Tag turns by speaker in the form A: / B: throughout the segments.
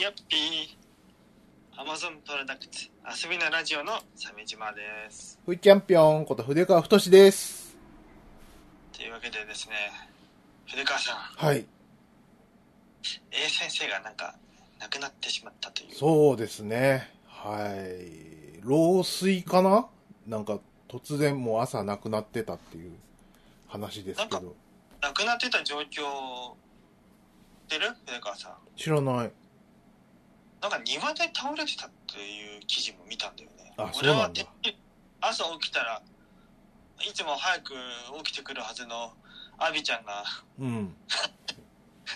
A: やっぴー Amazon プロダクツ遊びなラジオの鮫島です
B: ふいちゃんぴょんこと筆川太です。
A: というわけでですね筆川さん
B: はい。
A: A 先生がなんか亡くなってしまったという
B: そうですね。はい。老衰かななんか突然もう朝亡くなってたっていう話ですけ
A: なん
B: ど。
A: 亡くなってた状況知ってる筆川さん
B: 知らない。
A: なんか庭で倒れてたっていう記事も見たんだよね
B: あ
A: 俺
B: そうな
A: は
B: ん
A: て
B: だ
A: っきり朝起きたらいつも早く起きてくるはずのアビちゃんが
B: うん。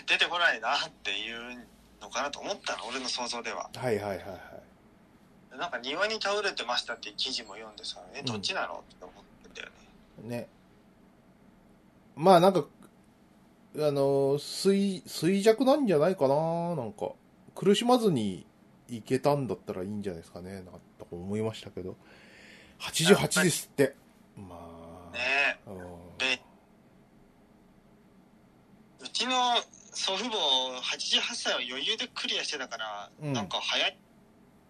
A: 出てこないなっていうのかなと思ったの俺の想像では
B: はいはいはいはい。
A: なんか庭に倒れてましたっていう記事も読んでさえ
B: ん
A: どっちなのって思ってたよね、
B: ね。まあなんか、あの、衰、衰弱なんじゃないかななんか。苦しまずにいけたんだったらいいんじゃないですかね。なんか思いましたけど。88ですって。まあ。
A: ね
B: うん
A: えでうちの祖父母88歳を余裕でクリアしてたから、
B: うん
A: なんか早い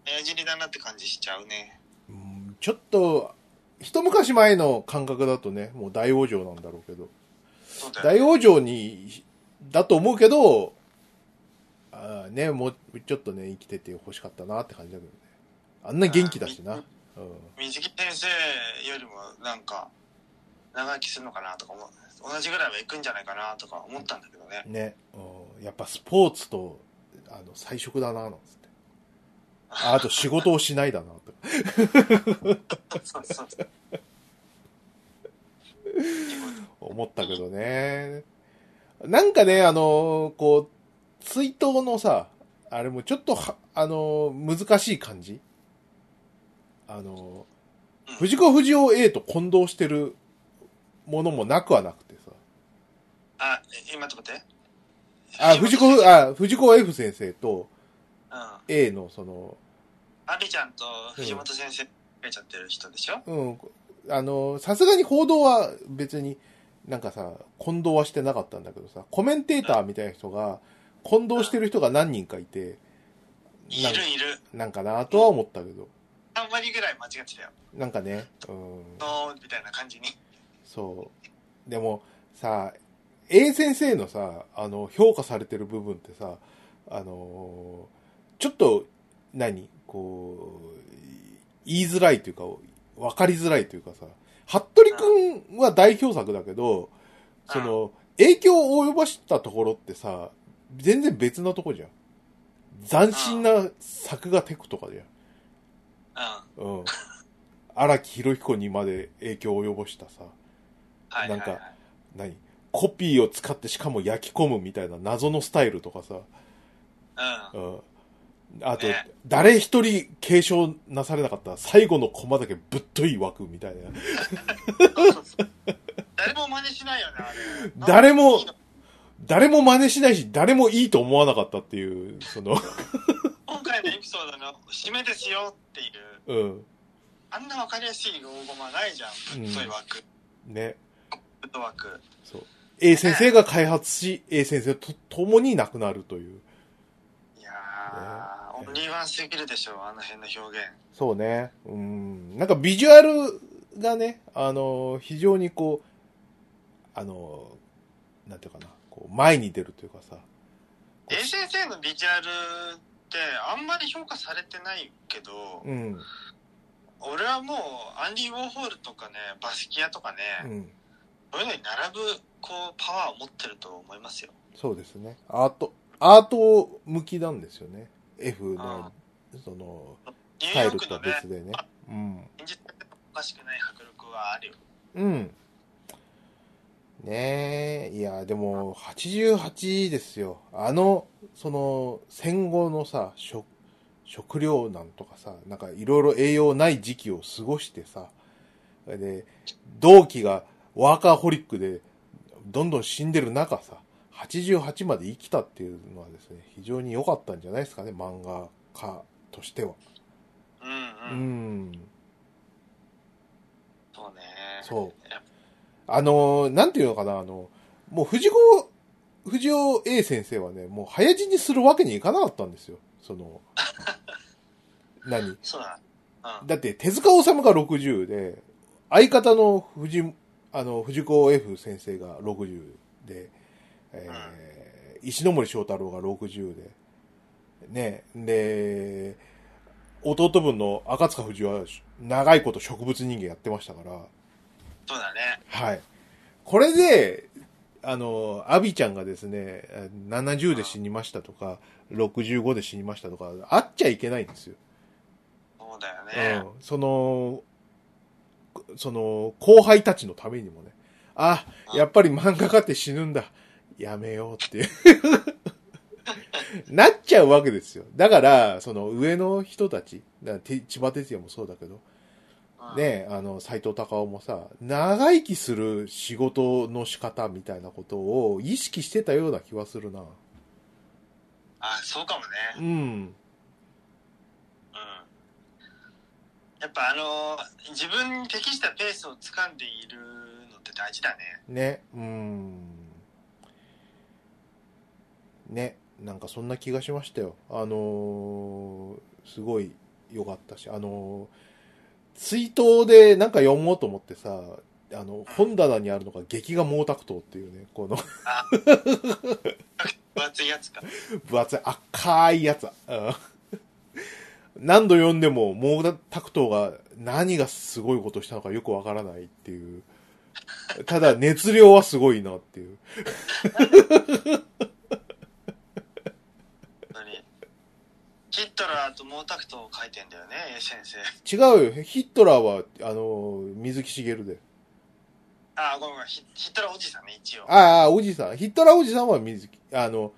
A: 早尻だなって感じしちゃうね
B: うんちょっと、一昔前の感覚だとね、もう大往生なんだろうけど、
A: そうだよね
B: 大往生に、だと思うけど、あーね、もうちょっとね、生きてて欲しかったなって感じだけどね。あんな元気だしな。うん
A: 水木先生よりもなんか長生きするのかなとか思う同じぐらいは行くんじゃないかなとか思ったんだけどね
B: ね、うんやっぱスポーツと、あの、菜食だな、なんつって。ああと仕事をしないだな、と。
A: そうそう そう
B: 思ったけどね。なんかね、あのーこう、追悼のさ、あれもちょっとは、あのー難しい感じあのー
A: うん
B: 藤子不二雄 A と混同してるものもなくはなくてさ。
A: あえ今ちょっと待って
B: あ、藤子、
A: うん
B: あ、藤子 F 先生と
A: ア
B: A のその、
A: ビちゃんと藤本先生書いちゃってる人でしょ
B: うん、あのーさすがに報道は別になんかさ、混同はしてなかったんだけどさ、コメンテーターみたいな人が混同してる人が何人かいて、
A: い
B: なんか
A: るいる
B: なんかなとは思ったけど。
A: 3割ぐらい間違ってたよ
B: なんかね、うん、
A: のみたいな感じに
B: そう。でもさ、A 先生のさ、あの、評価されてる部分ってさ、あのーちょっと、何こう、言いづらいというか、わかりづらいというかさ、服部くんは代表作だけど、その、影響を及ぼしたところってさ、全然別なとこじゃん。斬新な作画テクとかじゃ
A: う
B: ん。
A: んは
B: うん。荒木博彦にまで影響を及ぼしたさ、
A: いはい、はい、
B: なんか何コピーを使ってしかも焼き込むみたいな謎のスタイルとかさ、
A: うん
B: うん。あと、
A: ね
B: 誰一人継承なされなかった最後のコマだけぶっとい枠みたいな。
A: そうそうそう誰も真似しないよねあれ
B: 誰も
A: いいの
B: 誰も真似しないし、誰もいいと思わなかったっていう、そ の、
A: 今回のエピソードの締めですよっていう
B: うん。
A: あんな分かりやすい大ごまないじゃん。ぶっとい枠、
B: ね。
A: ぶっとい枠。
B: そう。A 先生が開発し、A 先生と共に亡くなるという。
A: いやー、
B: ね
A: オンリーワンすぎるでしょ、あの辺の表現。
B: そうね。うん。なんかビジュアルがね、あの、非常にこう、あの、なんていうかな、こう、前に出るというかさ。
A: A 先生のビジュアルってあんまり評価されてないけど、
B: うん。
A: 俺はもうアンディ・ウォーホールとかね、バスキアとか
B: う
A: ね、
B: ん。
A: そういうのに並ぶこうパワーを持ってると思いますよ。
B: そうですね。アート、アート向きなんですよね。F
A: あ
B: の、その、
A: ニュー
B: スタイ
A: ヨー
B: ル
A: ク
B: と
A: の
B: は
A: ね、
B: 別でね。うん。
A: 現実的でもおかしくない迫力はあるよ。
B: うん。ねえ、いや、でも、88ですよ。あの、その、戦後のさ、食、食糧難とかさ、なんかいろいろ栄養ない時期を過ごしてさ、で、同期がワーカーホリックで、どんどん死んでる中さ、88まで生きたっていうのはですね、非常に良かったんじゃないですかね、漫画家としては。
A: うん
B: う
A: うん。
B: ん。
A: そうね。
B: そう。
A: やっ
B: あのーなんていうのかな、あの、もう藤子、藤尾 A 先生はね、もう早死にするわけにいかなかったんですよ。その、何
A: そうだな。うん。
B: だって、手塚治虫が60で、相方の藤、あの、藤子 F 先生が60で、えー石ノ森章太郎が60で、ね、で、弟分の赤塚不二夫は長いこと植物人間やってましたから、
A: そうだね。
B: はい。これで、あの、アビちゃんがですね、70で死にましたとか、65で死にましたとか、あっちゃいけないんですよ。
A: そうだよね。
B: うん、その、その、後輩たちのためにもね、あ、やっぱり漫画家って死ぬんだ。やめようっていう。 なっちゃうわけですよ。だから、その上の人たち、だからて千葉哲也もそうだけど、
A: うん。
B: ね、あの、斎藤隆夫もさ、長生きする仕事の仕方みたいなことを意識してたような気はするな。
A: あ、そうかもね。
B: うん。
A: うん。やっぱあのー自分に適したペースを掴んでいるのって大事だね。
B: ね、うん。ね、なんかそんな気がしましたよ。あのーすごい良かったし、あのー追悼でなんか読もうと思ってさ、あの、本棚にあるのが劇画毛沢東っていうね、この
A: 分厚いやつか。
B: 分厚い赤いやつ。うん 何度読んでも毛沢東が何がすごいことしたのかよくわからないっていう。ただ熱量はすごいなっていう。
A: 本当に。ヒットラーと毛沢東を書いてんだよね、A 先生。
B: 違うよ。ヒットラーは、あの、水木しげるで。
A: あ、ごめんごめん。ヒヒットラーおじさんね、一応。
B: ああ、おじさん。ヒットラーおじさんは水木、あの、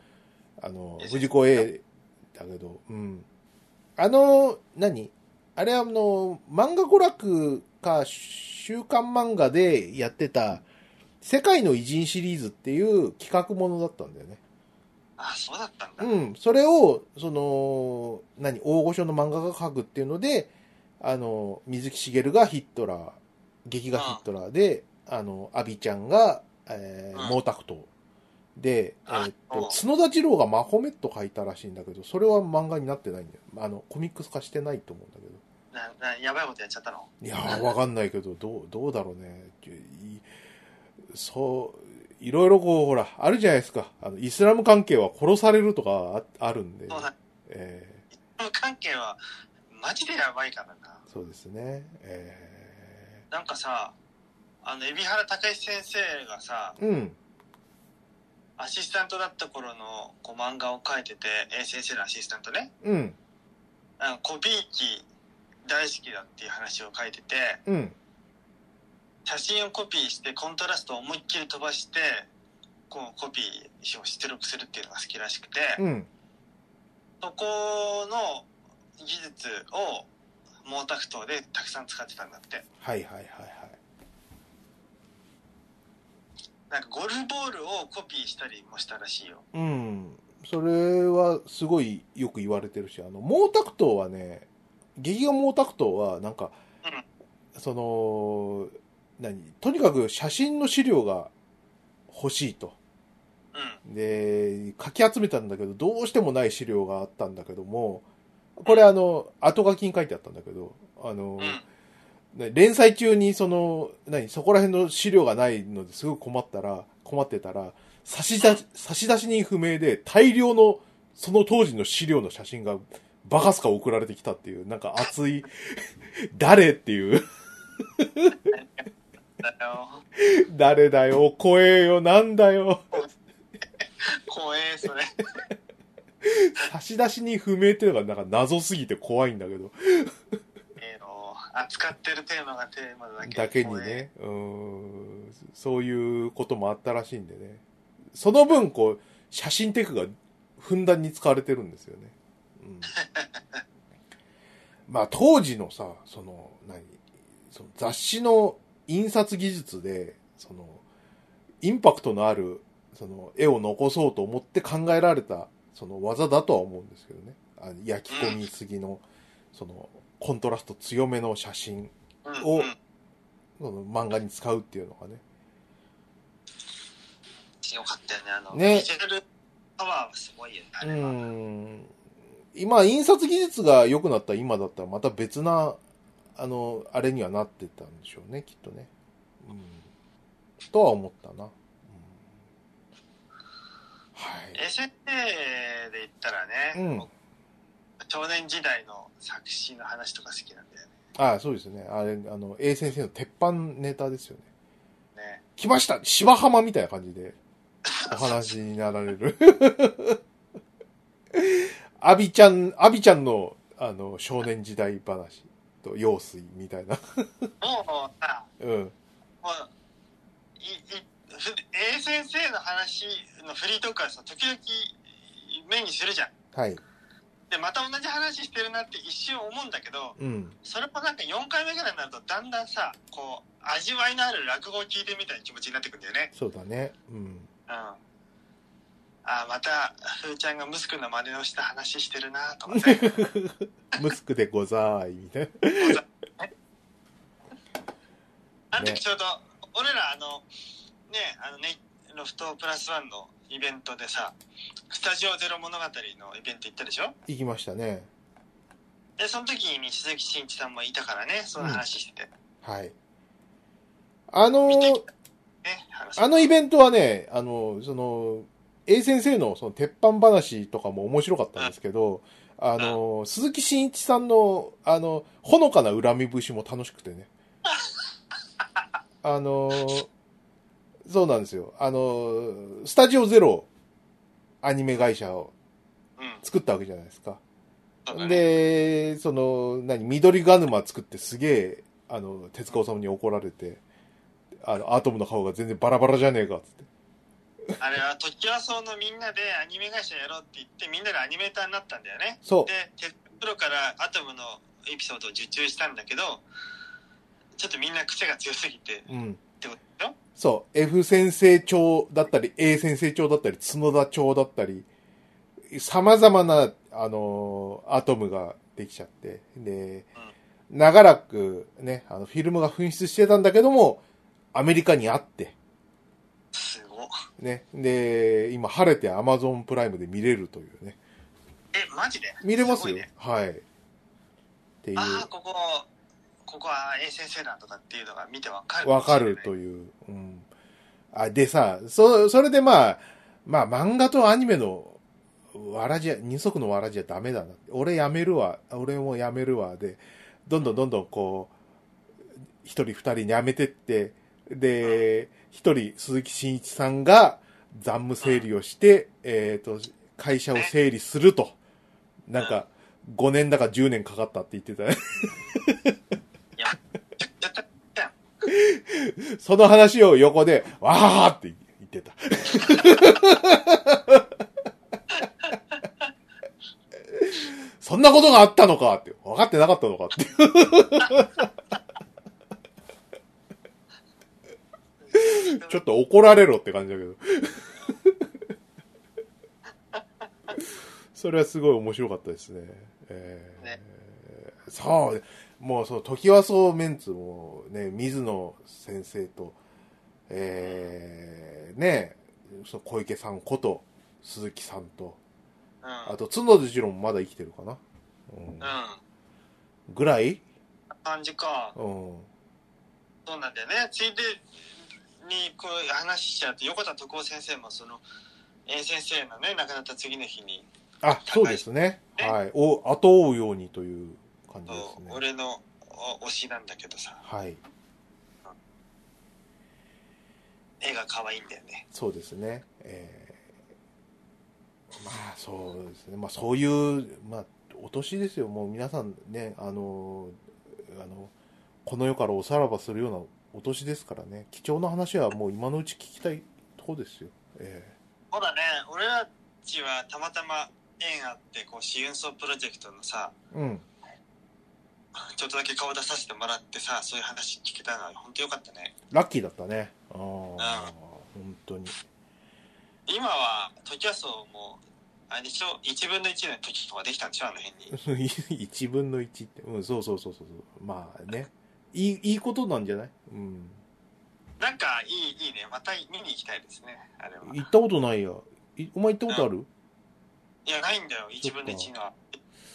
B: あの
A: え、
B: 藤子 A だけど、うん。あの、何あれはあの、漫画娯楽か週刊漫画でやってた、世界の偉人シリーズっていう企画ものだったんだよね。
A: あ、そうだったんだ。
B: うん、それを、その、何、大御所の漫画が描くっていうので、あの、水木しげるがヒットラー、劇画ヒットラーで、あの、アビちゃんが、えー、
A: うん
B: 毛沢東。で、え
A: あ
B: ーっと、
A: そ
B: 角田二郎がマホメット描いたらしいんだけど、それは漫画になってないんだよ。あの、コミックス化してないと思うんだけど。
A: ななやばいことやっちゃったの
B: いやー、わかんないけど、どう、どうだろうね。いそう、いろいろこう、ほら、あるじゃないですか。あの、イスラム関係は殺されるとかああるんで。
A: そうだ。
B: え
A: 無関係は、マジでやばいからな。
B: ーそうですね。え
A: なんかさ、あの、海老原武史先生がさ、
B: ーうん。
A: アシスタントだった頃のこう漫画を描いてて、A 先生のアシスタントね、
B: うん。
A: あのコピー機大好きだっていう話を書いてて、
B: うん。
A: 写真をコピーしてコントラストを思いっきり飛ばして、こうコピーを出力するっていうのが好きらしくて、
B: うん。
A: そこの技術を毛沢東でたくさん使ってたんだって。
B: はいはいはいはい。
A: なんかゴルフボールをコピーしたりもしたらしいよ。
B: うん。それはすごいよく言われてるし、あの、毛沢東はね、劇画毛沢東は、なんか、その、何とにかく写真の資料が欲しいと。
A: うん。
B: で、かき集めたんだけど、どうしてもない資料があったんだけども、これあの、後書きに書いてあったんだけど、あ
A: う
B: の
A: ん。、
B: ね連載中にその、何、そこら辺の資料がないのですごく困ったら、困ってたら、差し出し、差し出し人不明で大量のその当時の資料の写真がバカスカ送られてきたっていう、なんか熱い、 誰っていう、
A: だよ。
B: 誰だよ、怖えよ、なんだよ、
A: 怖え、それ。
B: 差し出し人不明っていうのがなんか謎すぎて怖いんだけど、
A: えーの、扱ってるテーマがテーマだけ
B: だけに
A: 怖え
B: ね、うーん、そういうこともあったらしいんでね。その分、こう、写真テクがふんだんに使われてるんですよね。 うん、まあ、当時のさ、その、何、その雑誌の印刷技術で、その、インパクトのある、その、絵を残そうと思って考えられた、その技だとは思うんですけどね。あの焼き込みすぎの、その、コントラスト強めの写真
A: うん
B: を
A: うん、違
B: その漫画に使うっていうのがね。
A: かったよね。あの、
B: ね
A: ビジュアルパワーはすごいよね。あ
B: う
A: れは。
B: ん。今、印刷技術が良くなった今だったら、また別な、あの、あれにはなってたんでしょうね、きっとね。うん。とは思ったな。うん、はい。
A: エセッテで言ったらね、
B: うん
A: 僕少年時代の作詞の話とか好きなんだよ
B: ああ、そうですね。あれ、あの、A 先生の鉄板ネタですよね。
A: ね。
B: 来ました芝浜みたいな感じで、お話になられる。 アビちゃん、アビちゃんの、あの、少年時代話と、用水みたいな。
A: もうさ、
B: うん。
A: もう、い、い、ふ A 先生の話のフリートークはさ、時々目にするじゃん。
B: はい。
A: で、また同じ話してるなって一瞬思うんだけど、
B: うん。
A: それもなんか4回目ぐらいになると、だんだんさ、こう、味わいのある落語を聞いてみたいな気持ちになってくんだよね。
B: そうだね。うん。
A: うん。ああ、また、ふーちゃんがムスクの真似をした話してるなとかね。
B: ムスクでござーい、みたいな。
A: あの時ちょうど、俺らあの、ね、あのね、ロフトプラスワンのイベントでさ、スタジオゼロ物語のイベント行ったでしょ
B: 行きましたね。
A: で、その時に鈴木慎一さんもいたからね、その話してて、
B: はい。あの
A: 見て
B: ー
A: き、たね、話。
B: あのイベントはね、あの、その、A 先生のその鉄板話とかも面白かったんですけど、あの、鈴木慎一さんの、あの、ほのかな恨み節も楽しくてね。あの、そうなんですよ。あの、スタジオゼロ、アニメ会社を
A: うん、
B: 作ったわけじゃないですか。
A: そうだね。
B: で、その、何、緑ガヌマ作ってすげえ、あの、手塚治虫に怒られて、あの、アトムの顔が全然バラバラじゃねえか、つって。
A: あれは、時キワ荘のみんなでアニメ会社やろうって言って、みんなでアニメーターになったんだよね。
B: そう
A: で。、鉄プロからアトムのエピソードを受注したんだけど、ちょっとみんな癖が強すぎて、っ
B: うん。
A: てことでしょ
B: そう。F 先生長だったり、A 先生長だったり、角田長だったり、様々な、あのーアトムができちゃって、で、長らくね、あの、フィルムが紛失してたんだけども、アメリカにあって、
A: すごっ。
B: ね。で、今晴れて Amazon プライムで見れるというね。
A: え、マジで
B: 見れます
A: ごい
B: よ。
A: ね
B: はい。ってい
A: ああ、
B: う、
A: ここ、ここは A 先生だとかっていうのが見てわかる。
B: わかるという。うん。あ、でさ、そ、それでまあ、まあ漫画とアニメの、わらじゃ、二足のわらじゃダメだな。俺やめるわ、俺もやめるわ、で、どんどんどんどんこう、一人二人にやめてって、で、一人鈴木慎一さんが残務整理をして、えっ、と、会社を整理すると。なんか、5年だか10年かかったって言ってたね
A: やった
B: その話を横で、わーって言ってた。そんなことがあったのかって、分かってなかったのかって。ちょっと怒られろって感じだけど。それはすごい面白かったですね。えー
A: ね
B: そう、もうその、時はそうメンツもね、水野先生と、えー、ね、その小池さんこと、鈴木さんと、
A: うん。
B: あと、角田次郎もまだ生きてるかな。うん
A: う
B: ぐらい
A: ん。感じか。
B: うん。
A: そうなんだよね。ついでにこういう話しちゃうと、横田徳夫先生もその、A 先生のね、亡くなった次の日に、
B: あ、そうですね。
A: ね
B: はい。お、後を追うようにという感じです
A: そう
B: ね。
A: 俺のお推しなんだけどさ、
B: はい。
A: 絵が可愛いんだよね。
B: そうですね。えーまあそうですね。まあそういう、まあ、お年ですよ。もう皆さんね、あの、あの、この世からおさらばするようなお年ですからね。貴重な話はもう今のうち聞きたいとこですよ。え
A: そうだね、俺たちはたまたま縁あって、こう、シユンソープロジェクトのさ、
B: えうん。
A: ちょっとだけ顔出させてもらってさ、そういう話聞けたのは本当よかったね。
B: ラッキーだったね。ああ、本当に。
A: 今は、時キ荘も、あれでしょ、1分の1の時とかできたんでしょ、あの辺に。
B: 1分の1って。うん、そうそうそうそうそう。まあね。いい、いいことなんじゃないうん。
A: なんか、いい、いいね。また見に行きたいですね、あれは。
B: 行ったことないや。いお前行ったことある
A: いや、ないんだよ、1分の1のは。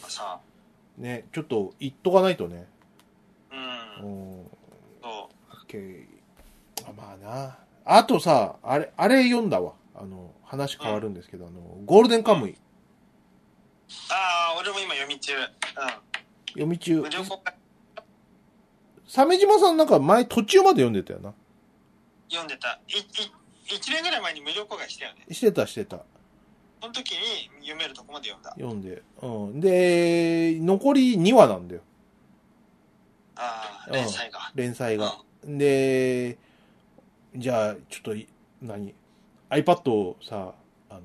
A: ぱさ
B: ね、ちょっと行っとかないとね。
A: う
B: うんん。
A: そ
B: OK あまあな。あとさ、あれ、あれ読んだわ。あの、話変わるんですけど、あの、ゴールデンカムイ、
A: うああ俺も今読み中う
B: 読み中
A: ん。両方
B: 鮫島さんなんか前途中まで読んでたよな。
A: 読んでたいい1年ぐらい前に無料公開したよね
B: してた、してた。
A: その時に読めるとこまで読んだ
B: 読んで。うん。で、残り2話なんだよ。
A: ああ
B: うん
A: 連載が
B: 連載が。で、じゃあ、ちょっとい、何 ?iPad をさ、あの、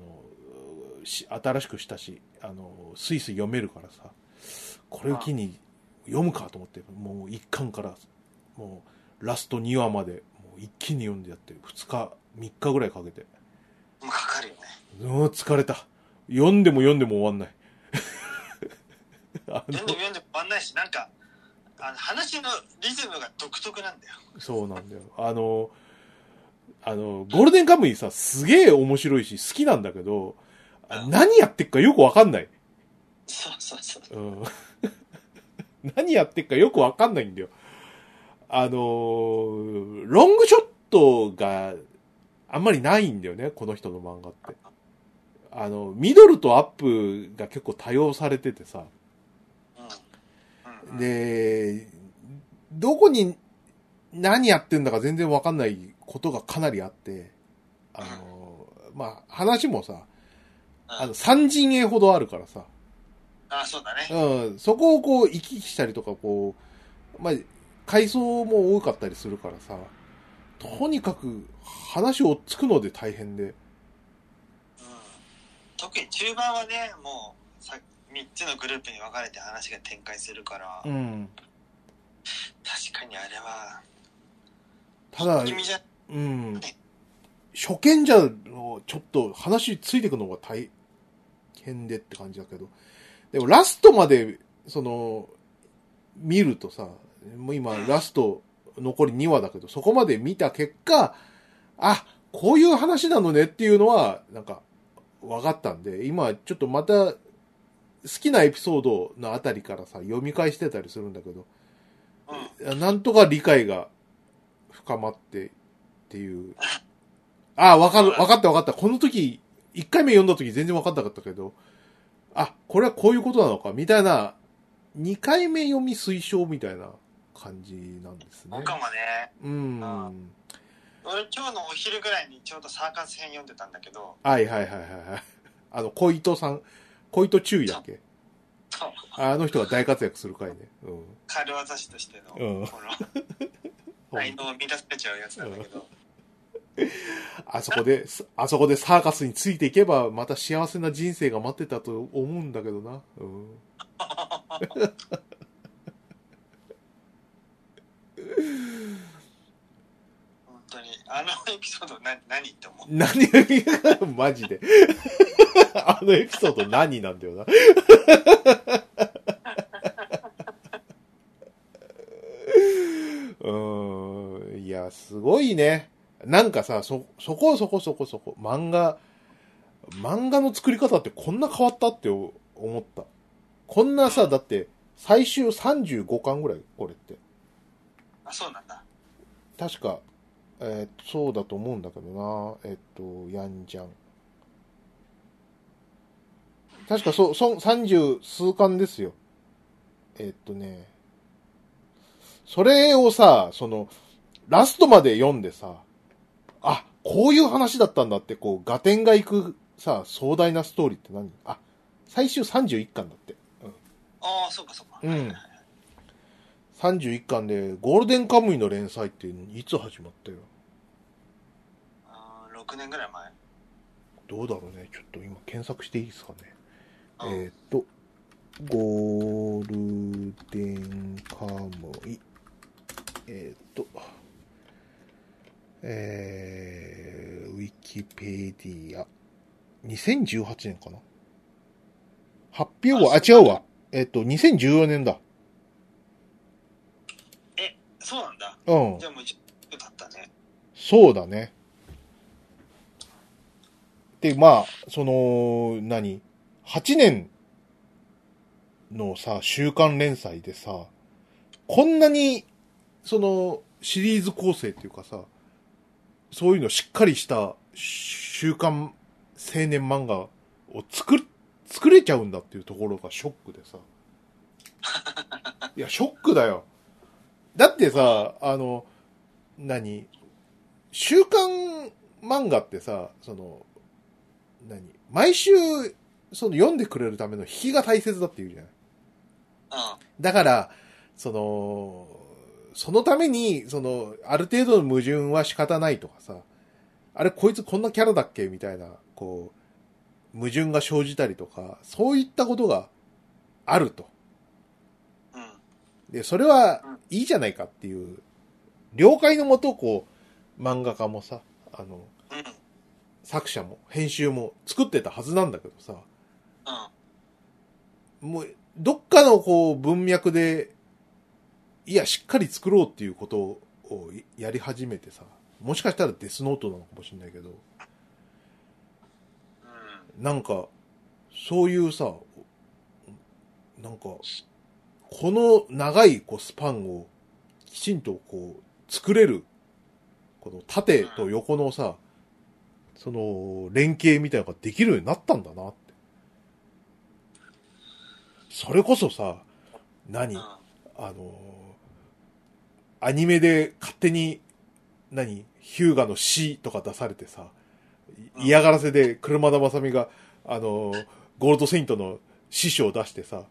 B: し新しくしたし、あの、スイスイ読めるからさ、これを機に読むかと思って、もう一巻から、もうラスト2話まで、もう一気に読んでやって、2日、3日ぐらいかけて。
A: もうかかるよね
B: うん、疲れた。読んでも読んでも終わんない。 あ
A: 読ん
B: の
A: でも読んでも終わんないしなんかあの話のリズムが独特なんだよ
B: そうなんだよ。あの、あの、ゴールデンカムイさ、すげえ面白いし、好きなんだけど、あ
A: うん
B: 何やってっかよくわかんない。
A: そうそうそう
B: うん。 何やってっかよくわかんないんだよ。あのー、ロングショットがあんまりないんだよね、この人の漫画って。あの、ミドルとアップが結構多用されててさ、
A: うんうん
B: で、どこに何やってんだか全然わかんないことがかなりあって、あの、まあ、話もさ、あの、三陣営ほどあるからさ、
A: あそうだね
B: うん、そこをこう行き来したりとか、こう、まあ、階層も多かったりするからさ、とにかく話を追っつくので大変で、
A: うん特に中盤はねもうさ3つのグループに分かれて話が展開するから、
B: ん。
A: 確かにあれは
B: ただ、
A: 君じゃ
B: うん。初見じゃ、ちょっと話ついていくのが大変でって感じだけど、でもラストまで、その、見るとさ、もう今
A: うん
B: ラスト残り2話だけど、そこまで見た結果、あ、こういう話なのねっていうのは、なんか、分かったんで、今ちょっとまた、好きなエピソードのあたりからさ、読み返してたりするんだけど、
A: うん
B: なんとか理解が深まってっていう。ああ、わかる、わかったわかった。この時、一回目読んだ時全然わかんなかったけど、あ、これはこういうことなのか、みたいな、二回目読み推奨みたいな感じなんですね
A: 僕。かもね
B: うん。は
A: あ俺今日のお昼ぐらいにちょうどサーカス編読んでたんだけど
B: いはいはいはいはい。あの、小糸さん、小糸注意だっけ
A: そう
B: あの人が大活躍する回ね。うん。
A: 軽業師としての
B: うん
A: この才能を乱されちゃうやつなんだけど
B: あそこで、あそこでサーカスについていけば、また幸せな人生が待ってたと思うんだけどな。うん。
A: 本当にあのエピソード何何って思う
B: 何マジで。 あのエピソード何なんだよな。 うーん。いや、すごいね。なんかさ、そ、そこそこそこそこ、漫画、漫画の作り方ってこんな変わったって思った。こんなさ、だって、最終35巻ぐらい、これって。
A: あそうなんだ
B: 確か、えーそうだと思うんだけどな、えっと、ヤンジャン。確かそう、そん、30数巻ですよ。えっとね、それをさ、その、ラストまで読んでさ、あ、こういう話だったんだって、こう、合点がいくさ、壮大なストーリーって何あ、最終31巻だって。
A: ああそうかそうか、
B: うん31巻で、ゴールデンカムイの連載っていつ始まったよ。
A: あー6年ぐらい前
B: どうだろうね。ちょっと今検索していいですかね。
A: うん
B: えーっと、ゴールデンカムイ。えーっと、えー、ウィキペディア。2018年かな発表は、あ、
A: あそ
B: 違うわ。えーっと、2014年だ。
A: そうなんだ
B: うん
A: じ。ゃあもう1年経ったね
B: そうだね。で、まあ、その、何 ?8 年のさ、週刊連載でさ、こんなに、その、シリーズ構成っていうかさ、そういうのしっかりした週刊青年漫画を作る、作れちゃうんだっていうところがショックでさ。いや、ショックだよ。だってさ、あの、何週刊漫画ってさ、その、何毎週、その読んでくれるための引きが大切だって言うじゃないだから、その、そのために、その、ある程度の矛盾は仕方ないとかさ、あれ、こいつこんなキャラだっけみたいな、こう、矛盾が生じたりとか、そういったことがあると。
A: うん。うん。
B: で、それはいいじゃないかっていう、了解のもと、こう、漫画家もさ、あの、
A: うん。
B: 作者も、編集も作ってたはずなんだけどさ、
A: うん。
B: もう、どっかのこう文脈で、いや、しっかり作ろうっていうことをやり始めてさ、もしかしたらデスノートなのかもしれないけど、
A: う
B: なんか、そういうさ、なんか、この長いこうスパンをきちんとこう作れる、この縦と横のさ、その連携みたいなのができるようになったんだなって。それこそさ、何
A: ん。
B: あのーアニメで勝手に、何ヒューガの死とか出されてさ、い嫌がらせで車田正美が、あのーゴールドセイントの師匠を出してさ、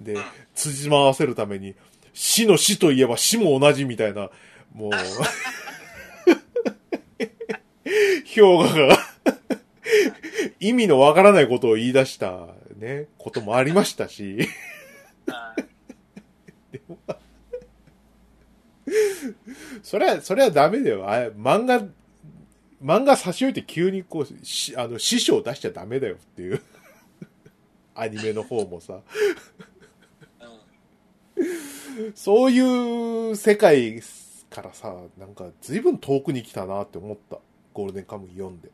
B: で
A: うん、
B: 辻褄合わせるために、死の死といえば死も同じみたいな、もう、氷河が、意味のわからないことを言い出した、ね、こともありましたし。
A: はい
B: それは、それはダメだよ。あれ漫画、漫画差し置いて急にこう、しあの、師匠出しちゃダメだよっていう。 アニメの方もさ。
A: うん。
B: そういう世界からさ、なんか随分遠くに来たなって思った。ゴールデンカムイ読んで。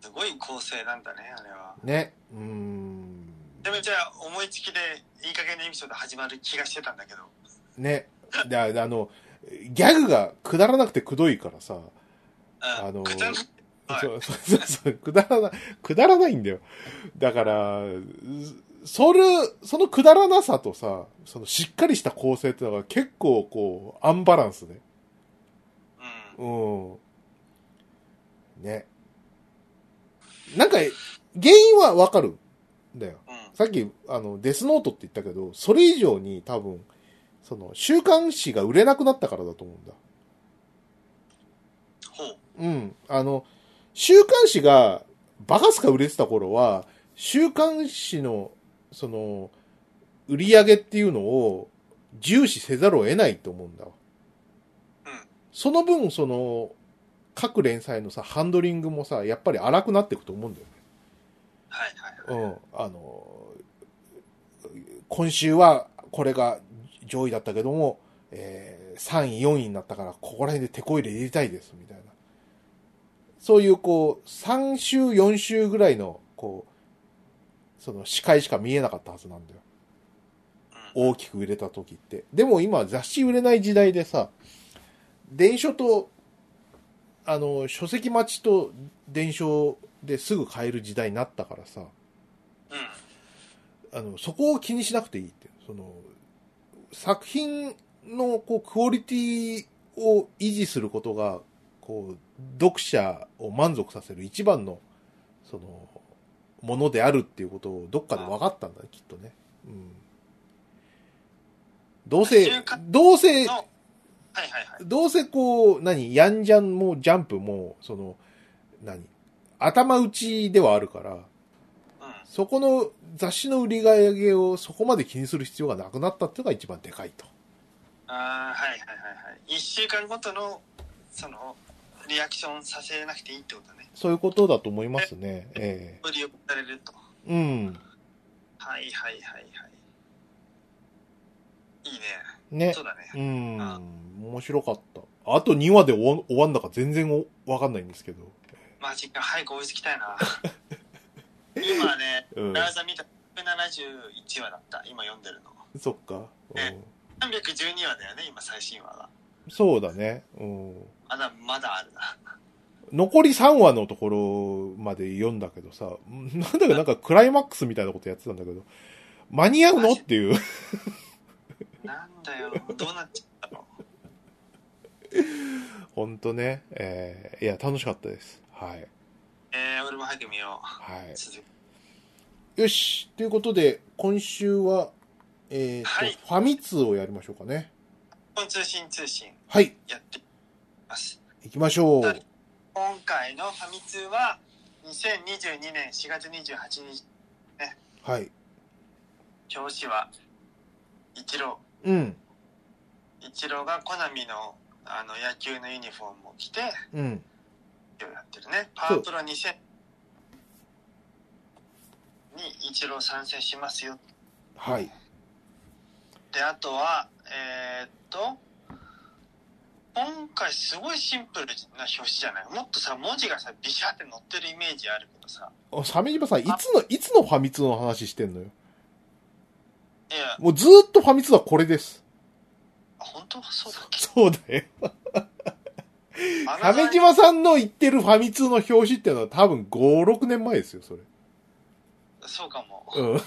A: すごい構成なんだね、あれは。
B: ね。うーん。
A: でもじゃあ、思いつきで、いい加減なエピソード始まる気がしてたんだけど。
B: ね。で、ああの、ギャグがくだらなくてくどいからさ、あ
A: う
B: の
A: ん。
B: ー
A: くだらないはい
B: そうそうそう、くだらな、くだらないんだよ。だから、うそれ、そのくだらなさとさ、そのしっかりした構成ってのが結構こう、アンバランスね。
A: うん。
B: うん。ね。なんか、原因はわかるんだよ。
A: うん。
B: さっき、あの、デスノートって言ったけど、それ以上に多分、その、週刊誌が売れなくなったからだと思うんだ。
A: ほう。
B: うん。あの、週刊誌がバカすか売れてた頃は、週刊誌の、その、売り上げっていうのを重視せざるを得ないと思うんだわ。
A: うん
B: その分、その、各連載のさ、ハンドリングもさ、やっぱり荒くなっていくと思うんだよね。
A: はいはい。
B: うん、あの今週はこれが上位だったけども、えー3位4位になったからここら辺で手こ入れ入れたいですみたいなそういうこう3週4週ぐらいのこうその視界しか見えなかったはずなんだよ
A: うん。
B: 大きく売れた時ってでも今雑誌売れない時代でさ電書とあの書籍待ちと電書ですぐ買える時代になったからさ、
A: うん。
B: あの、そこを気にしなくていいって。その、作品のこうクオリティを維持することが、こう、読者を満足させる一番の、その、ものであるっていうことをどっかで分かったんだね、きっとね。うん。どうせ
A: 中間、
B: どうせ、
A: の、はいはいはい。
B: どうせこう、何、ヤンジャンもジャンプも、その、何、頭打ちではあるから、
A: うん。
B: そこの雑誌の売り上げをそこまで気にする必要がなくなったっていうのが一番でかいと。
A: ああ、はいはいはいはい。一週間ごとの、その、リアクションさせなくていいってことね。
B: そういうことだと思いますね。え
A: 売りをされると。
B: えうん。
A: はいはいはいはい。いいね。
B: ね
A: そう。だね。
B: うん。
A: あ
B: 面白かった。あと2話で終わ終わんだか全然おわかんないんですけど。
A: マジか、早く追いつきたいな。今ね、
B: うん。
A: ラーザ見た、 371話だった、今読んでるの。
B: そっか。うん
A: ね312話だよね、今最新話が。
B: そうだね。うん
A: まだ、まだあるな。
B: 残り3話のところまで読んだけどさ、なんだかなんかクライマックスみたいなことやってたんだけど、間に合うのっていう。
A: なんだよ、どうなっちゃったの
B: ほんとね。えーいや、楽しかったです。はい。
A: えー、俺も早く見よ
B: は
A: う。続き
B: い。よし。ということで、今週は、えーと、
A: はい
B: ファミ通をやりましょうかね。
A: 本通信通信
B: はい。
A: やっていきます。
B: 行きましょう。
A: はい今回のファミ通は、2022年4月28日、
B: はい。
A: 表紙は、一郎。
B: うん。
A: 一郎がコナミの、あの、野球のユニフォームを着て、
B: うん。
A: 今日やってるね。パワープロ2000に一郎参戦しますよ。
B: はい。
A: で、あとは、えーっと、今回すごいシンプルな表紙じゃないもっとさ、文字がさ、ビシャって載ってるイメージあるけどさ。
B: あ鮫島さん、いつの、いつのファミ通の話してんのよ。
A: いや、
B: もうずーっとファミ通はこれです。
A: あ本当そうだっけ
B: そうだよ。
A: あの
B: 鮫島さんの言ってるファミ通の表紙っていうのは多分5、6年前ですよ、それ。
A: そうかも。
B: うん。
A: い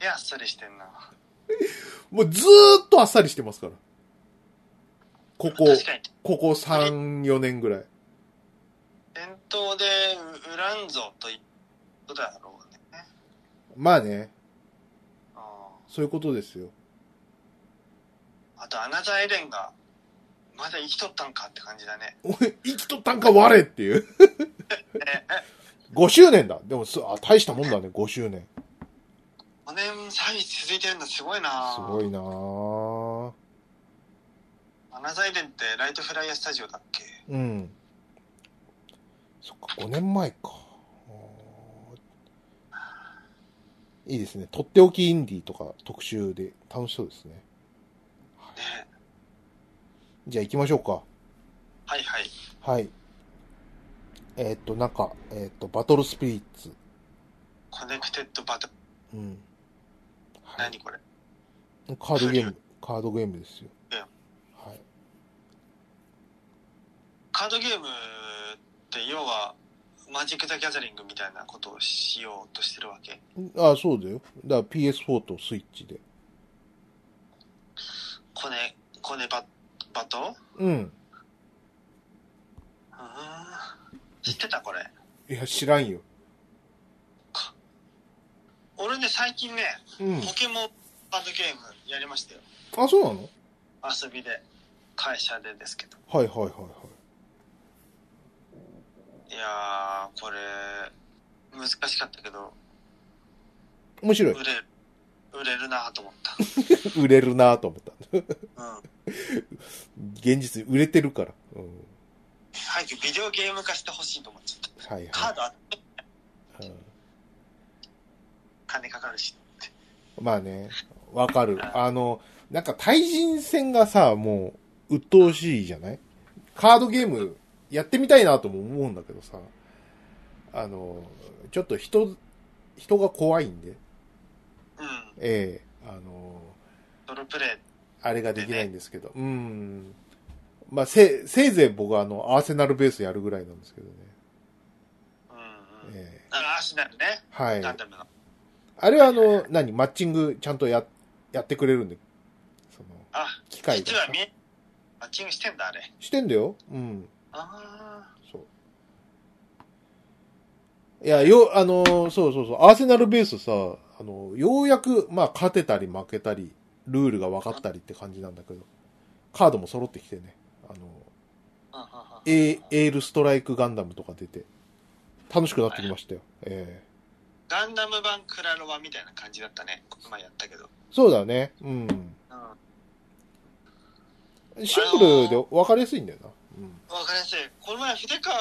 A: や、それしてんな。
B: もうずーっとあっさりしてますから。ここ、
A: 確かに。
B: ここ3、4年ぐらい。
A: 店頭でウウランゾということだろうね。
B: まあね、
A: うん
B: そういうことですよ。
A: あと、アナザーエレンが、まだ生きとったんかって感じだね。
B: おい生きとったんか我っていう。
A: え、え、
B: 5周年だ。でもすあ、大したもんだね、5周年。
A: 5年サービス続いてるのすごいな
B: すごいなぁ。
A: アナザーエレンってライトフライヤースタジオだっけ
B: うん。そっか、5年前か。いいですね。とっておきインディーとか特集で楽しそうですね。
A: ね
B: じゃあ行きましょうか。
A: はいはい。
B: はい。えーっと、なんか、えーっと、バトルスピリッツ。
A: コネクテッドバトル、
B: うん。はい。
A: 何これ
B: カードゲーム、カードゲームですよ。
A: ええ
B: はい。
A: カードゲームって要は、マジック・ザ・ギャザリングみたいなことをしようとしてるわけ
B: あそうだよ。だから PS4 とスイッチで。
A: コネ、コネバ、バト
B: うん。
A: うーん。知ってたこれ。
B: いや、知らんよ。
A: 俺ね、最近ね、
B: うん。
A: ポケモンカードゲームやりましたよ。
B: あ、そうなの
A: 遊びで。会社でですけど。
B: はいはいはいはい。
A: いやー、これ、難しかったけど、
B: 面白い。
A: 売れる、売れるなと思っ
B: 売れるなぁと思った。
A: た。うん。
B: 現実に売れてるから。うん。
A: 早くビデオゲーム化してほしいと思っちゃっ
B: はい
A: た。カ
B: は
A: ードあって
B: い。うん
A: 金かかるし。
B: まあね、わかる。あの、なんか対人戦がさ、もう、鬱陶しいじゃないカードゲーム、やってみたいなとも思うんだけどさ、あの、ちょっと人、人が怖いんで、
A: うん。
B: ええあの、
A: ドルプレイ。
B: あれができないんですけど、うん。まあ、せ、せいぜい僕はあの、アーセナルベースやるぐらいなんですけどね。
A: うん、うん。
B: ええ
A: あの、アーシナルね。
B: はい。
A: ガンダムの。
B: あれはあの、何マッチングちゃんとや、やってくれるんで、その、
A: あ、
B: 機械
A: 実は
B: が。
A: 見え、マッチングしてんだ、あれ。
B: してんだよ。うん。
A: あ
B: そう。いや、よ、あのーそうそうそう、アーセナルベースさ、あのようやく、まあ、勝てたり負けたり、ルールが分かったりって感じなんだけど、カードも揃ってきてね、あの
A: あ。うんうんうん
B: エーエールストライクガンダムとか出て、楽しくなってきましたよ。ええ
A: ガンダム版クラロワみたいな感じだったね。この前やったけど。
B: そうだね、うん。
A: うん。わ
B: シンプルで分かりやすいんだよな。うん、
A: かりやすい。この前、筆川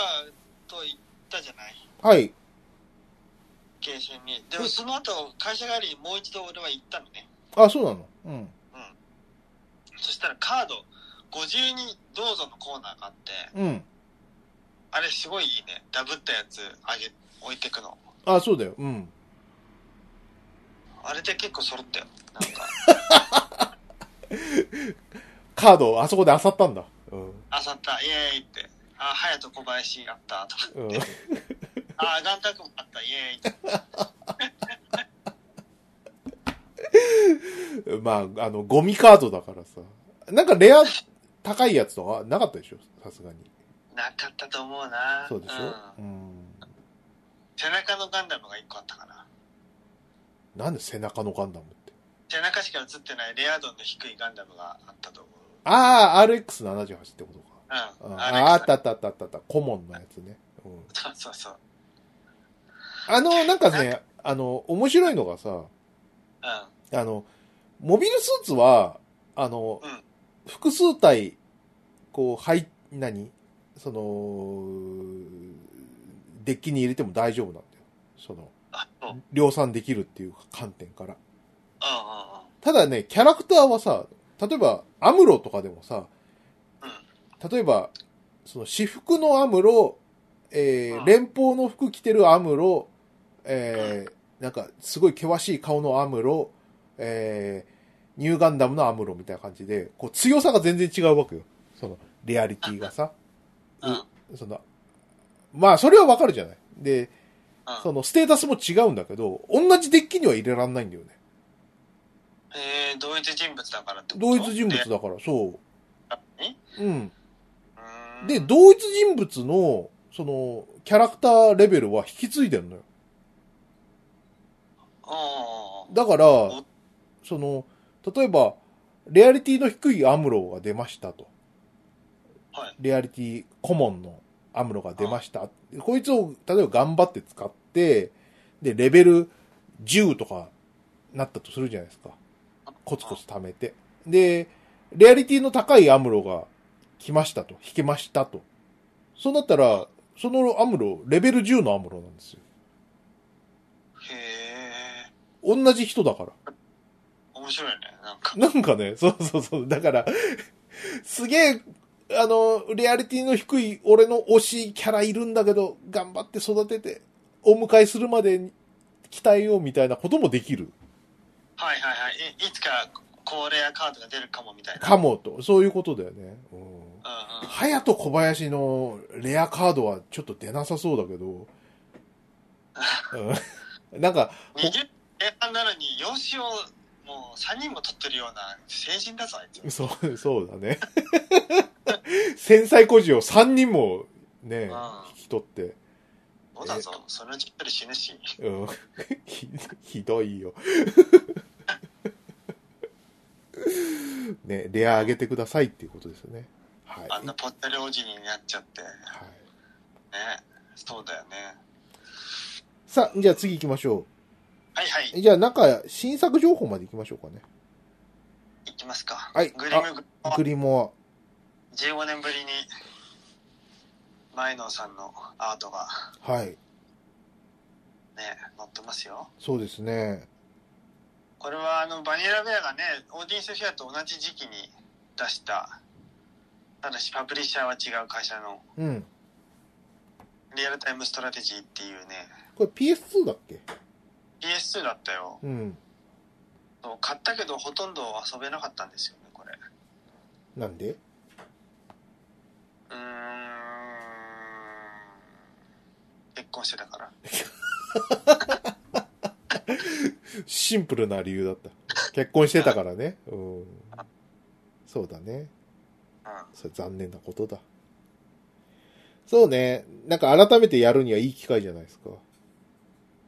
A: と行ったじゃない
B: はい。
A: ゲーセンに。でも、その後、会社帰りにもう一度俺は行ったのね。
B: あ、そうなの。うん。
A: そしたらカード、52どうぞのコーナーがあって、
B: うん。
A: あれすごいいいね。ダブったやつ、あげ、置いてくの。
B: あ、そうだよ。うん。
A: あれで結構揃ったよ。なんか、
B: カードをあそこで漁ったんだ。うん。
A: あさった、イエーイって。あ、隼人小林あった、 とか。
B: うん。
A: あ、ガンタクもあった、イエーイって。
B: まあ、あの、ゴミカードだからさ。なんかレア高いやつとかなかったでしょさすがに。
A: なかったと思うな。
B: そうでし
A: ん
B: ょうん。
A: 背中のガンダムが一個あったかな。
B: なんで背中のガンダムって。
A: 背中しか映ってないレア度の低いガンダムがあったと思う。
B: ああ、RX78 ってことか。
A: うん。
B: うん
A: あ
B: ああ
A: れ
B: ったあったあったあったあった。コモンのやつね。うん。
A: そうそうそう。
B: あの、なんかね、あの、面白いのがさ、
A: うん。うん。
B: あの、モビルスーツは、あの、
A: うん
B: 複数体、こう、はい、何その、デッキに入れても大丈夫なんだよ。その、
A: あ、そう。うんうん
B: 量産できるっていう観点から。
A: うん。
B: ただね、キャラクターはさ、例えば、アムロとかでもさ、例えば、その、私服のアムロ、えー
A: うん
B: 連邦の服着てるアムロ、えーなんか、すごい険しい顔のアムロ、えーニューガンダムのアムロみたいな感じで、こう、強さが全然違うわけよ。その、リアリティがさ。
A: うん。うん。
B: その、まあ、それはわかるじゃない。で、
A: う
B: そ
A: ん。
B: の、ステータスも違うんだけど、同じデッキには入れらんないんだよね。
A: えー、同一人物だからってこと
B: 同一人物
A: で
B: だから、そ
A: あに
B: う。うん。
A: うーん
B: で、同一人物の、その、キャラクターレベルは引き継いでるのよ。
A: うん
B: だから、その、例えば、レアリティの低いアムロが出ましたと。
A: はい
B: レアリティコモンのアムロが出ました。こいつを、例えば頑張って使って、で、レベル10とかなったとするじゃないですか。コツコツ貯めて。で、レアリティの高いアムロが来ましたと。引けましたと。そうなったら、そのアムロ、レベル10のアムロなんですよ。
A: へえ
B: 同じ人だから。
A: 面白いねなんか
B: なんかね、 そうそうそう。だから、すげえ、あの、リアリティの低い俺の推しキャラいるんだけど、頑張って育てて、お迎えするまでに鍛えようみたいなこともできる。
A: はいはいはいいいつか高レアカードが出るかもみたいな
B: かもと。そういうことだよね。うん。
A: うんうん
B: はやと小林のレアカードはちょっと出なさそうだけど、うん、 なんか、
A: 20前半なのに養子をもう3人も取ってるような成人だぞあいつ
B: そう、そうだね。繊細孤児を3人もね、
A: うん
B: 引き取って、
A: そうだぞそのうち一人死ぬし
B: うん、 ひひどいよ。 ね、レア上げてくださいっていうことですよね。はい。
A: あんなぽったりおじになっちゃってね
B: はい、
A: そうだよね
B: さあ、じゃあ次行きましょ
A: はいは
B: う。
A: い
B: じゃあなんか新作情報まで行きましょうかね。
A: いきますか
B: はい
A: グリムグリム
B: グリモ
A: 15年ぶりに前野さんのアートが
B: ア。はい。
A: ね載ってますよ
B: そうですね。
A: これはあのバニラベアがねオーディエンスフェアと同じ時期に出したただしパブリッシャーは違う会社の
B: うん。
A: リアルタイムストラテジーっていうね
B: これ PS2 だっけ
A: PS2 だったよ
B: うん。
A: そう買ったけどほとんど遊べなかったんですよねこれ
B: なんで
A: うーん結婚してたから
B: シンプルな理由だった。結婚してたからね。うん。そうだね。
A: うん
B: それ残念なことだ。そうね。なんか改めてやるにはいい機会じゃないですか。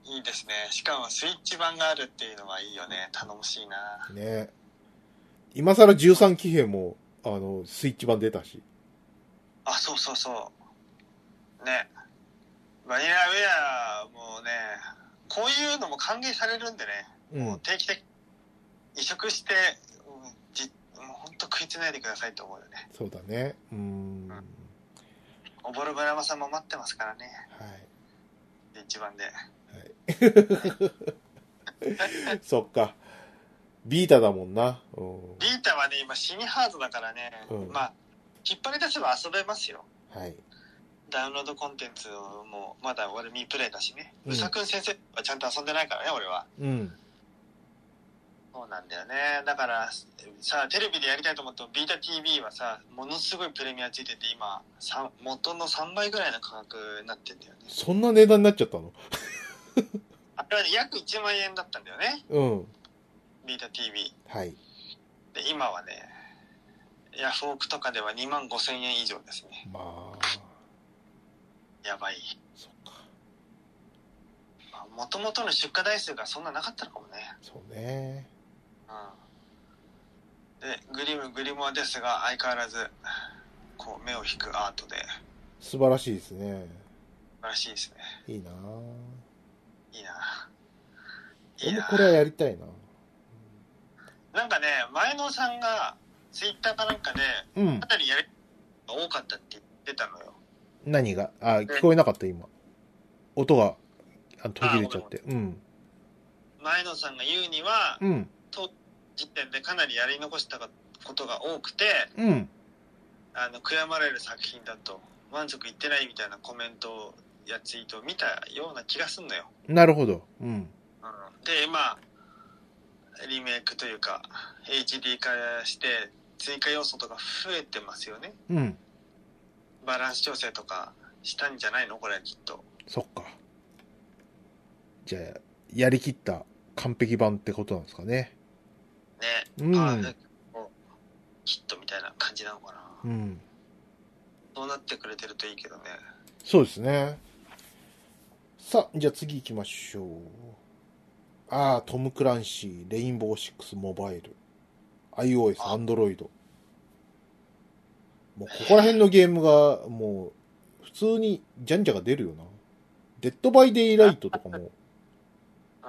A: いいですねしかもスイッチ版があるっていうのはいいよね頼もしいな
B: ね。今更13騎兵も、あの、スイッチ版出たし。
A: あ、そうそうそう。ね。バニラウェアもね、こういうのも歓迎されるんでね、
B: うん。
A: 定期的に移植して、うんじもうほんと食いつないでくださいと思うよね。
B: そうだね。うん。はい。
A: おぼろ村山さんも待ってますからね、一番で。
B: そっか。ビータだもんな。うん。
A: ビータはね、今死にハードだからね、
B: うん
A: まあ、引っ張り出せば遊べますよ。
B: はい。
A: ダウンロードコンテンツをもう、まだ俺ミープレイだしね。
B: うん
A: うさくん先生はちゃんと遊んでないからね、俺は。
B: うん。
A: そうなんだよね。だから、さ、テレビでやりたいと思っても、ビータ TV はさ、ものすごいプレミアついてて、今、さ元の3倍ぐらいの価格になってんだよね。
B: そんな値段になっちゃったの
A: あれはね、約1万円だったんだよね、
B: うん。
A: ビータ TV。
B: はい。
A: で、今はね、ヤフオクとかでは2万5千円以上ですね。
B: まあ、
A: やばい。
B: そっか。
A: もともとの出荷台数がそんななかったのかもね。
B: そうね。
A: うん。で、グリム、グリモアですが、相変わらず、こう、目を引くアートで、素
B: 素晴らしいですね。
A: 晴らしいですね。
B: いいなぁ
A: いいな。い
B: 俺
A: い
B: も
A: な。
B: これはやりたいな
A: なんかね、前野さんが、ツイッターかなんかで、
B: うん
A: か。なりやるのが多かったって言ってたのよ。
B: 何があ、聞こえなかった今。音があ途切れちゃって。うん。
A: 前野さんが言うには、
B: うん。
A: 時点でかなりやり残したことが多くて、
B: うん。
A: あの、悔やまれる作品だと、満足いってないみたいなコメントやツイートを見たような気がすんのよ。
B: なるほど。うん。
A: うんで、まあ、リメイクというか、HD 化して、追加要素とか増えてますよね。
B: うん。
A: バランス調整とかしたんじゃないのこれ、きっと。
B: そっか。じゃあ、やりきった完璧版ってことなんですかね。
A: ね。
B: うん
A: パーフェクト、きっとみたいな感じなのかな。
B: うん。
A: そうなってくれてるといいけどね。
B: そうですね。さあ、じゃあ次行きましょう。ああ、トム・クランシー、レインボー6モバイル、iOS、
A: あ
B: Android。もうここら辺のゲームが、もう、普通にジャンジャが出るよな。デッド・バイ・デイ・ライトとかも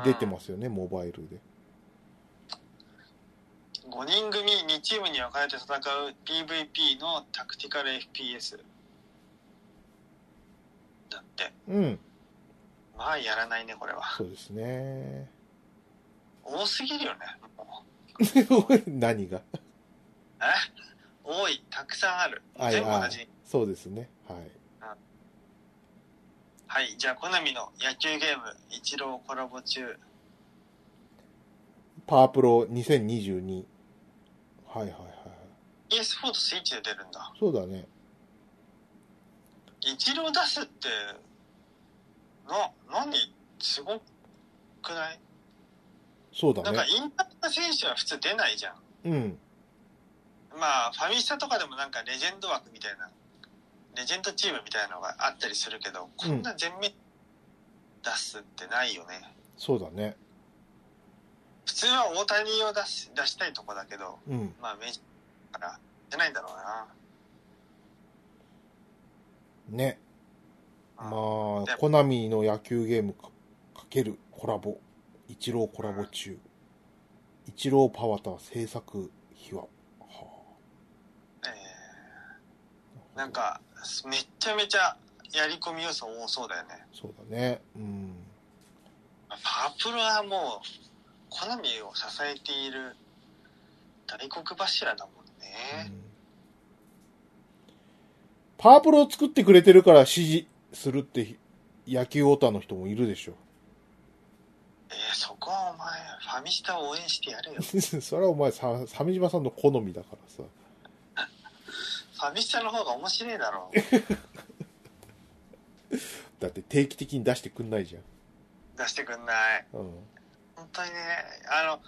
B: 出てますよね、モバイルで。
A: す。5人組2チームに分かれて戦う PVP のタクティカル FPS。だって。
B: うん、
A: まあ、やらないね、これは。
B: そうですね。
A: 多すぎるよね。もう
B: 何が
A: え多い。たくさんある。
B: はい
A: 全部同
B: は
A: じ。
B: そうですね。はい。
A: はい。じゃあ、好みの野球ゲーム、イチローコラボ中。
B: パワープロ2022。はいはいはい。
A: PS4 とスイッチで出るんだ。
B: そうだね。
A: イチロー出すって、な、何すごくない
B: そうだ
A: なんか
B: ね。
A: インターナ選手は普通出ないじゃん。
B: うん。
A: まあ、ファミスタとかでもなんかレジェンド枠みたいな、レジェンドチームみたいなのがあったりするけど、こんな全面出すってないよね。
B: そうだね。
A: 普通は大谷を出し出したいとこだけど、
B: うん。
A: まあ、メジャーから出ないんだろうな。
B: ね。
A: う
B: まあ
A: ん、
B: コナミの野球ゲームかかけるコラボ。イチローコラボ中。イチローパワタ制作秘話。は
A: えー
B: あ
A: なん。か、めっちゃめちゃやり込み要素多そうだよね。
B: そうだね。うん。
A: パープルはもう、コナミを支えている大黒柱だもんね。
B: パワープロを作ってくれてるから支持するって野球オタの人もいるでしょ。
A: えーそこはお前、ファミスタを応援してやれよ。フ
B: それはお前さ、鮫島さんの好みだからさ。
A: ァミスタの方が面白いだろう。
B: だって定期的に出してくんないじ
A: 出してくんない。
B: ゃん。うん。
A: 本当にね、あの、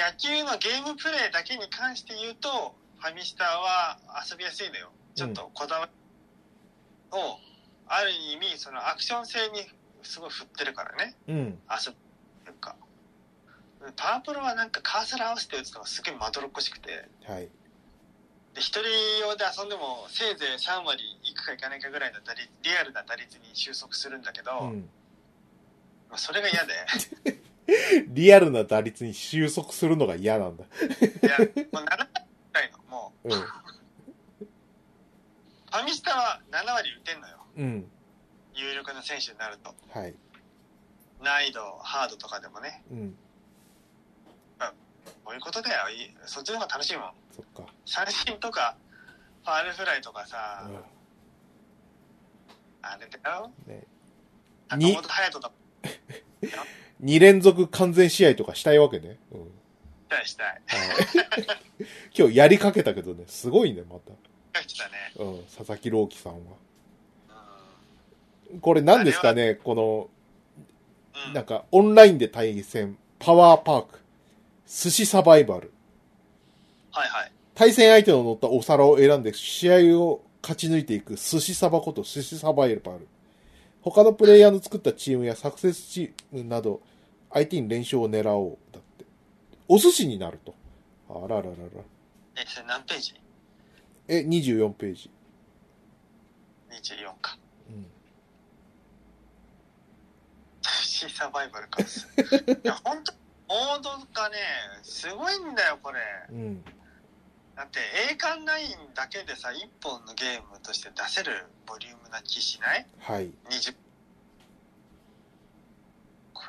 A: 野球のゲームプレイだけに関して言うと、ファミスタは遊びやすいのよ。ちょっとこだわりを、ある意味、そのアクション性にすごい振ってるからね。
B: うん。
A: 遊ぶというか。パワープロはなんかカーソル合わせて打つのがすごいまどろっこしくて、
B: はい。
A: で、一人用で遊んでもせいぜい3割いくかいかないかぐらいの打率、リアルな打率に収束するんだけど、
B: うん。
A: まあそれが 嫌で、
B: リアルな打率に収束するのが嫌なんだ。
A: いや、もう7割ぐらいの、もう、
B: うん。
A: ファミスタは7割打てんのよ。
B: うん。
A: 有力な選手になると。
B: はい。
A: 難易度、ハードとかでもね。
B: うん。
A: こういうことだよ。いいそっちの方が楽しいもん。
B: そっか。
A: 三振とか、ファールフライとかさ、
B: う
A: あれだよ。
B: んね、
A: 坂
B: に
A: 本隼人とか
B: 2連続完全試合とかしたいわけね。うん。
A: たいしたい。
B: はい、今日やりかけたけどね、すごいね、また。
A: 書いてたね。
B: うん、佐々木朗希さんは。
A: う
B: これ何ですかね、こ
A: ん。う
B: の、
A: ん
B: なんか、オンラインで対戦、パワーパーク、寿司サバイバル。
A: はいはい。
B: 対戦相手の乗ったお皿を選んで試合を勝ち抜いていく寿司サバこと寿司サバイバル。他のプレイヤーの作ったチームやサクセスチームなど、相手に連勝を狙おう。だって。お寿司になると。あらららら。
A: え、それ何ページ
B: え、24ページ。
A: ?24 か。
B: うん。
A: シーサバイバルか。い や、本当王道がね、すごいんだよ、これ。
B: うん。
A: だって、栄冠ラインだけでさ、1本のゲームとして出せるボリュームな気しない
B: はい。
A: ?20。こ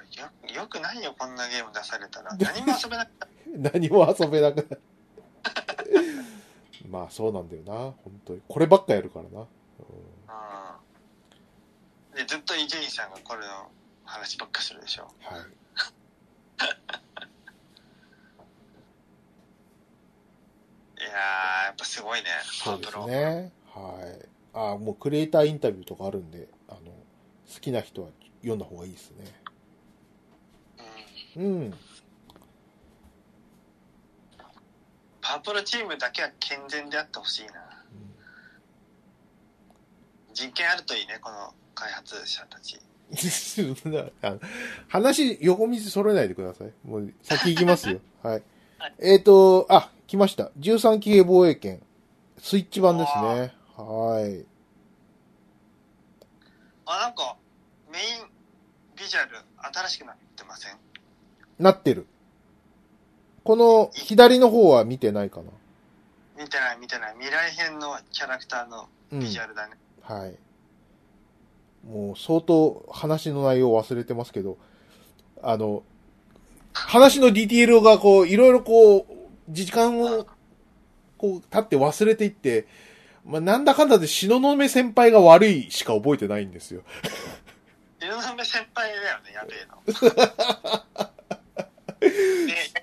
A: れよ、よくないよ、こんなゲーム出されたら。何も遊べなくなる。
B: 何も遊べなくなる。 まあそうなんだよな。本当に。こればっかやるからな。う
A: う
B: ん
A: ん。で、ずっと伊集院さんがこれの話ばっかするでしょ。
B: はい。
A: いやー、やっぱすごいね、
B: そ
A: パ
B: うで
A: プ
B: す
A: ロ。
B: ね。はい。あもうクリエイターインタビューとかあるんで、あの、好きな人は読んだ方がいいですね。
A: うん
B: うん。
A: パープルチームだけは健全であってほしいな。人権あるといいね、この開発者たち。
B: あの話、横道それないでください。もう、先行きます よ。はい。えっ、と、あ、来ました。13騎兵防衛圏。スイッチ版ですね。はい。
A: あ、なんか、メインビジュアル新しくなってません
B: なってる。この、左の方は見てないかな。
A: 見てない見てない。未来編のキャラクターの
B: うん。
A: ビジュアルだね。
B: はい。もう相当話の内容を忘れてますけど、あの、話のディティールがこう、いろいろこう、時間をこう、経って忘れていって、まあ、なんだかんだで東雲先輩が悪いしか覚えてないんですよ。
A: ゆうのめ先輩だよね、やべえの。 で、エ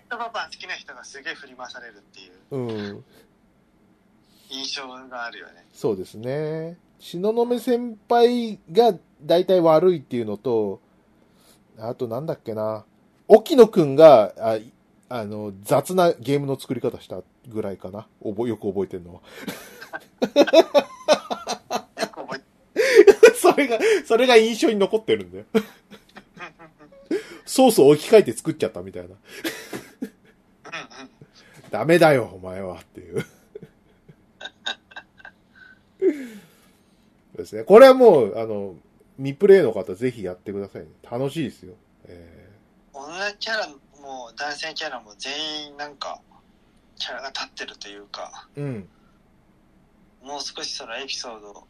A: ッドパパ好きな人がすげえ振り回されるっていう
B: うん。
A: 印象があるよね。
B: そうですね。東雲先輩が大体悪いっていうのと、あとなんだっけな、沖野くんが、ああの、雑なゲームの作り方したぐらいかな。覚えよく覚えてるのは。
A: よく覚えて
B: それが、それが印象に残ってるんだよ。ソースを置き換えて作っちゃったみたい
A: うん
B: な。
A: うん。
B: ダメだよ、お前はっていう。 そうですね。これはもう、あの、未プレイの方ぜひやってくださいね。楽しいですよ。え
A: 女キャラも男性キャラも全員なんかキャラが立ってるというか
B: ーうん。
A: もう少しそのエピソードを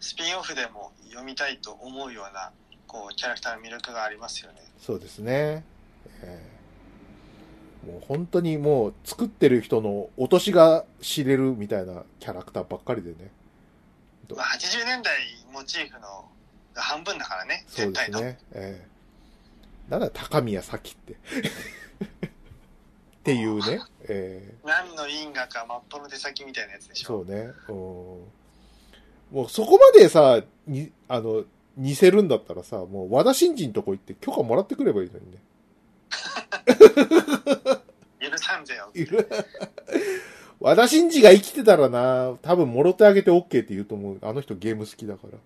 A: スピンオフでも読みたいと思うようなこうキャラクターの魅力がありますよね
B: そうですね。えーもう本当にもう作ってる人の落としが知れるみたいなキャラクターばっかりでね。
A: まあ80年代モチーフのが半分だからね
B: そうです
A: の
B: ね。えーなんだ高宮咲って。 っていうね。え
A: 何の因果かマッポの手先みたいなやつで
B: ー
A: し
B: そ
A: ょ
B: うね。うんもうそこまでさ、に、あの、似せるんだったらさ、もう和田新人とこ行って許可もらってくればいいのにね。
A: 許さんぜよ
B: いる。和田真二が生きてたらな、多分もろてあげて OK って言うと思う。あの人ゲーム好きだから。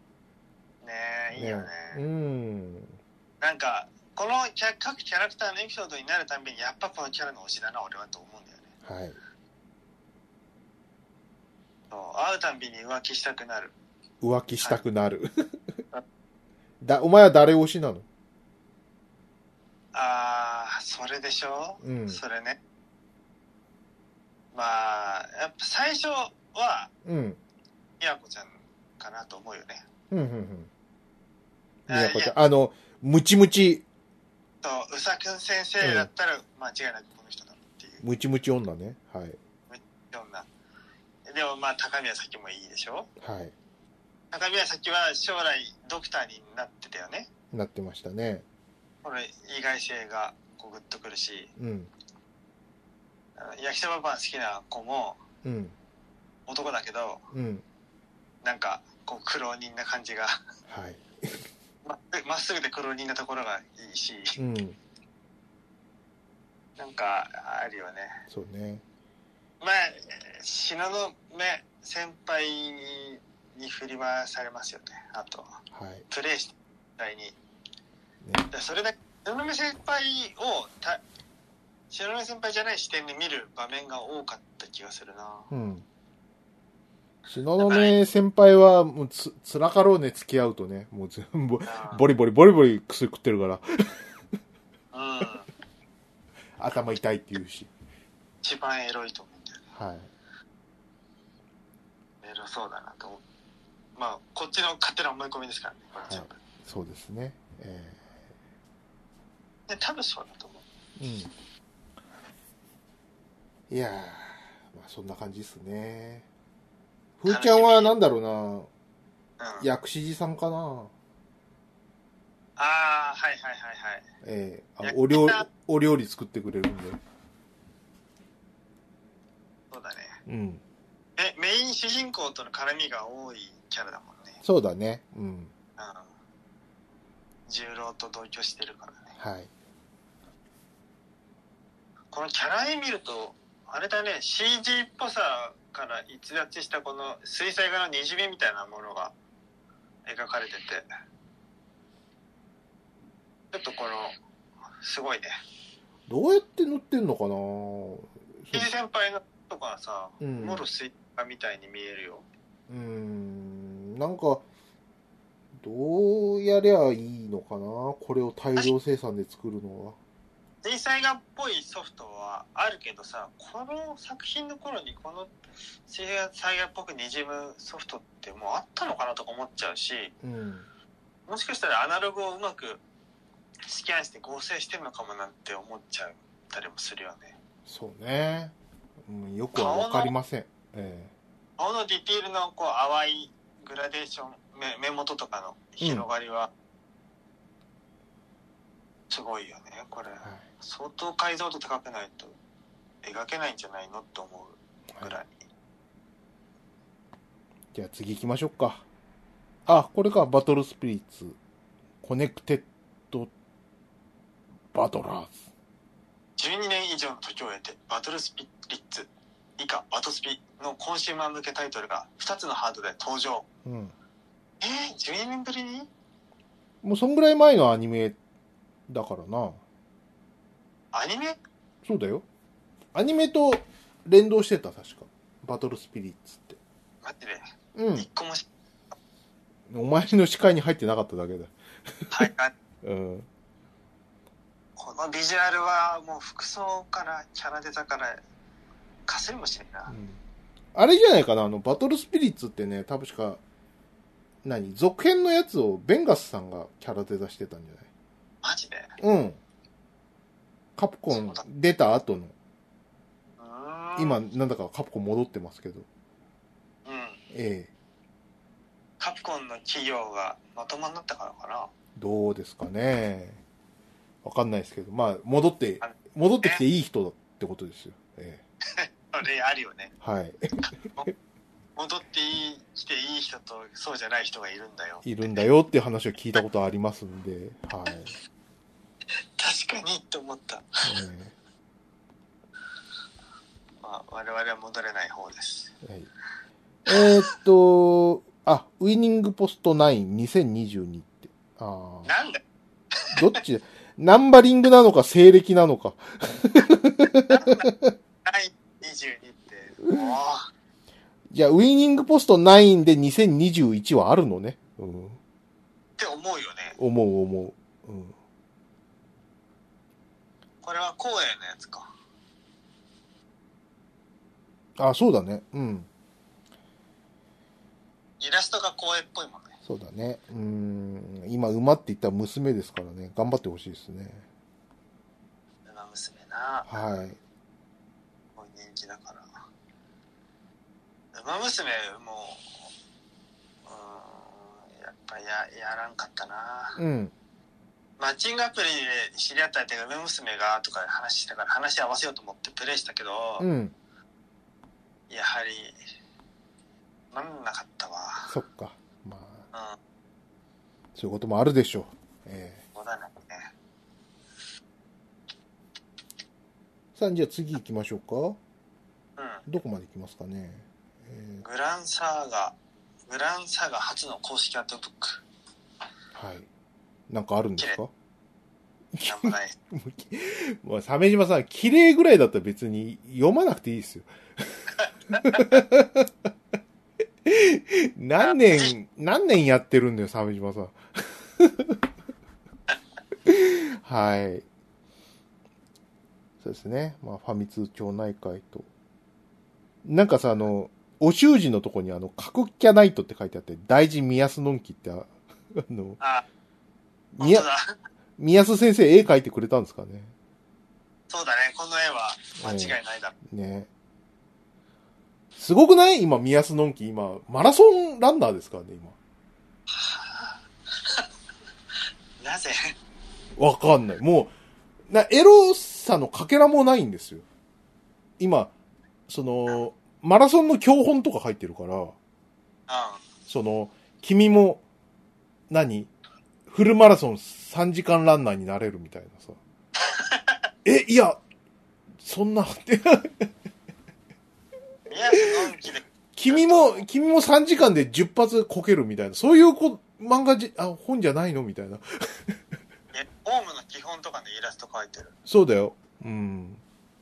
A: ねえいいよね
B: うん。
A: なんかこのキャ各キャラクターのエピソードになるたびにやっぱこのキャラの推しだな俺はと思うんだよね
B: はい。
A: そう会うたんびに浮気したくなる
B: 浮気したくなる。だ、お前は誰推しなの
A: ああそれでしょ、
B: うん。
A: それねまあやっぱ最初は
B: うん。
A: みやこちゃんかなと思うよね
B: うん、うん、うん。
A: あ
B: みやこ
A: い
B: ちゃ
A: や
B: ん。あの、ムチムチ、
A: とうさくん先生だったら間違いなくこの人だっていう
B: ムチムチ女ね。はい。
A: ようなでもまあ高宮咲もいいでしょ
B: はい。
A: 高宮咲は将来ドクターになってたよね
B: なってましたね。
A: これ意外性がこうグッとくるし
B: うん。
A: 焼きそばパン好きな子も
B: うん。
A: 男だけど
B: うん。
A: なんかこう苦労人な感じが
B: はい。
A: ままっすぐで苦労人なところがいいし
B: うん。
A: なんかあるよね
B: そうね。
A: まあ東雲先輩に振り回されますよねあと
B: はい。
A: プレイしたいに、
B: ね
A: でそれだけ東雲先輩をた東雲先輩じゃない視点で見る場面が多かった気がす るな
B: うん。篠宮先輩は、もうつ、辛かろうね、付き合うとね。もう全部、ボリボリボリボリ薬食ってるから、
A: うん
B: 頭痛いって言うし。
A: 一番エロいと思うんだよね
B: はい。
A: エロそうだなと思うまあこっちの勝手な思い込みですからねこれ全部
B: そうですね。え
A: で多分そうだと思う
B: ーうん。いやー、まあそんな感じですね。ふーちゃんはなんだろ
A: う
B: う
A: ん
B: な、薬師寺さんかな。
A: ああはいはいはいはい
B: ええあ
A: 薬師寺
B: お料理、お料理作ってくれるんで。
A: そうだね
B: うん。
A: えメイン主人公との絡みが多いキャラだもんね
B: そうだね。うん。
A: うん十郎と同居してるからね
B: はい。
A: このキャラ絵見るとあれだね CG っぽさから逸脱したこの水彩画のにじみみたいなものが描かれててちょっとこのすごいね
B: どうやって塗ってんのかな
A: 藤井先輩のとかはさ、
B: うん
A: もろ水画みたいに見えるよ
B: うーん、なんか、どうやりゃいいのかなこれを大量生産で作るのは。
A: 水彩画っぽいソフトはあるけどさこの作品の頃にこの水彩画っぽくにじむソフトってもうあったのかなとか思っちゃうし、
B: うん。
A: もしかしたらアナログをうまくスキャンして合成してるのかもなんて思っちゃったりもするよね
B: そうね。うん、よくはわかりません。え
A: 青のディティールのこう淡いグラデーション目目元とかの広がりはすごいよねこれ
B: えはい
A: 相当解像度高くないと描けないんじゃないのと思うぐらい
B: じゃあ次行きましょうか。あ、これか、バトルスピリッツ。コネクテッド、バトラーズ。
A: 12年以上の時を経てバトルスピリッツ以下バトスピのコンシューマー向けタイトルが2つのハードで登場
B: うん。
A: えー、12年ぶりに
B: もうそんぐらい前のアニメだからな。
A: アニメ
B: そうだよ。アニメと連動してた、確か。バトルスピリッツって。
A: 待ってね、
B: うん。
A: 一個もし、
B: お前の視界に入ってなかっただけだ。
A: はい、あ
B: うん。
A: このビジュアルはもう服装からキャラデザからかすりもしねえな。
B: あれじゃないかな、あの、バトルスピリッツってね、多分しか、何続編のやつをベンガスさんがキャラデザしてたんじ
A: マジで
B: ゃないうん。カプコン出た後の、
A: うーん。
B: 今、なんだかカプコン戻ってますけど、
A: うん。
B: ええ
A: カプコンの企業がまともになったからかな。
B: どうですかね。わかんないですけど、まあ、戻って、戻ってきていい人だってことですよ。え
A: それあるよね
B: え。はい。
A: 戻っていい、来ていい人とそうじゃない人がいるんだよ。
B: いるんだよっていう話を聞いたことありますんで、はい。
A: 確かにと思った。
B: ええ
A: まあ、我々は戻れない方です。
B: はい、えーっと、あ、ウィニングポスト92022って。ああ、
A: なんだ
B: どっち ナンバリングなのか、西暦なのか。
A: 第22って。も
B: じゃあ、ウィニングポスト9で2021はあるのね。うん。
A: う、って思うよね。
B: 思う思う。うん。
A: これは光栄のやつか。
B: あ、そうだね。うん。
A: イラストが光栄っぽいもんね。
B: そうだね。うーん。今、馬って言った娘ですからね。頑張ってほしいですね。
A: ウマ娘な。
B: はい。
A: もう人気だから。ウマ娘もう、うーん、やっぱややらんかったな。
B: うん。
A: マッチングアプリで知り合った相手が梅娘がとか話したから話合わせようと思ってプレイしたけど、
B: うん。
A: やはり、なんなかったわ。
B: そっか。まあ、
A: うん、
B: そういうこともあるでしょう。え
A: そうだね。
B: ーさあ、じゃあ次行きましょうか。
A: う
B: どこまで行きますかね。え
A: ん。グランサーガ、グランサーガ初の公式アートブック。
B: ーはい。なんかあるんですか
A: なんもない。
B: まあ、鮫島さん、綺麗ぐらいだったら別に読まなくていいですよ。何年、何年やってるんだよ、鮫島さん。はい。そうですね。まあ、ファミ通町内会と。なんかさ、あの、お習字のとこにあの、角キャナイトって書いてあって、大臣宮安のんきって、ああの、
A: あ、本
B: 宮
A: 当、だ。
B: 宮安先生絵描いてくれたんですかね。
A: そうだね。この絵は間違いないだろう。
B: ねすごくない今、宮安のんき、今、マラソンランナーですからね、
A: なぜ
B: 今。わかんない。もう、な、エロさのかけらもないんですよ。今、その、マラソンの教本とか入ってるから、
A: う
B: その、君も、何フルマラソン3時間ランナーになれるみたいなさ。え、いや、そんな、
A: ん。宮津のんきで、
B: 君も、君も3時間で10発こけるみたいな、そういうこ漫画じ、あ、本じゃないのみたいな。
A: えオウムの基本とかのイラスト描いてる。
B: そうだよ。うん。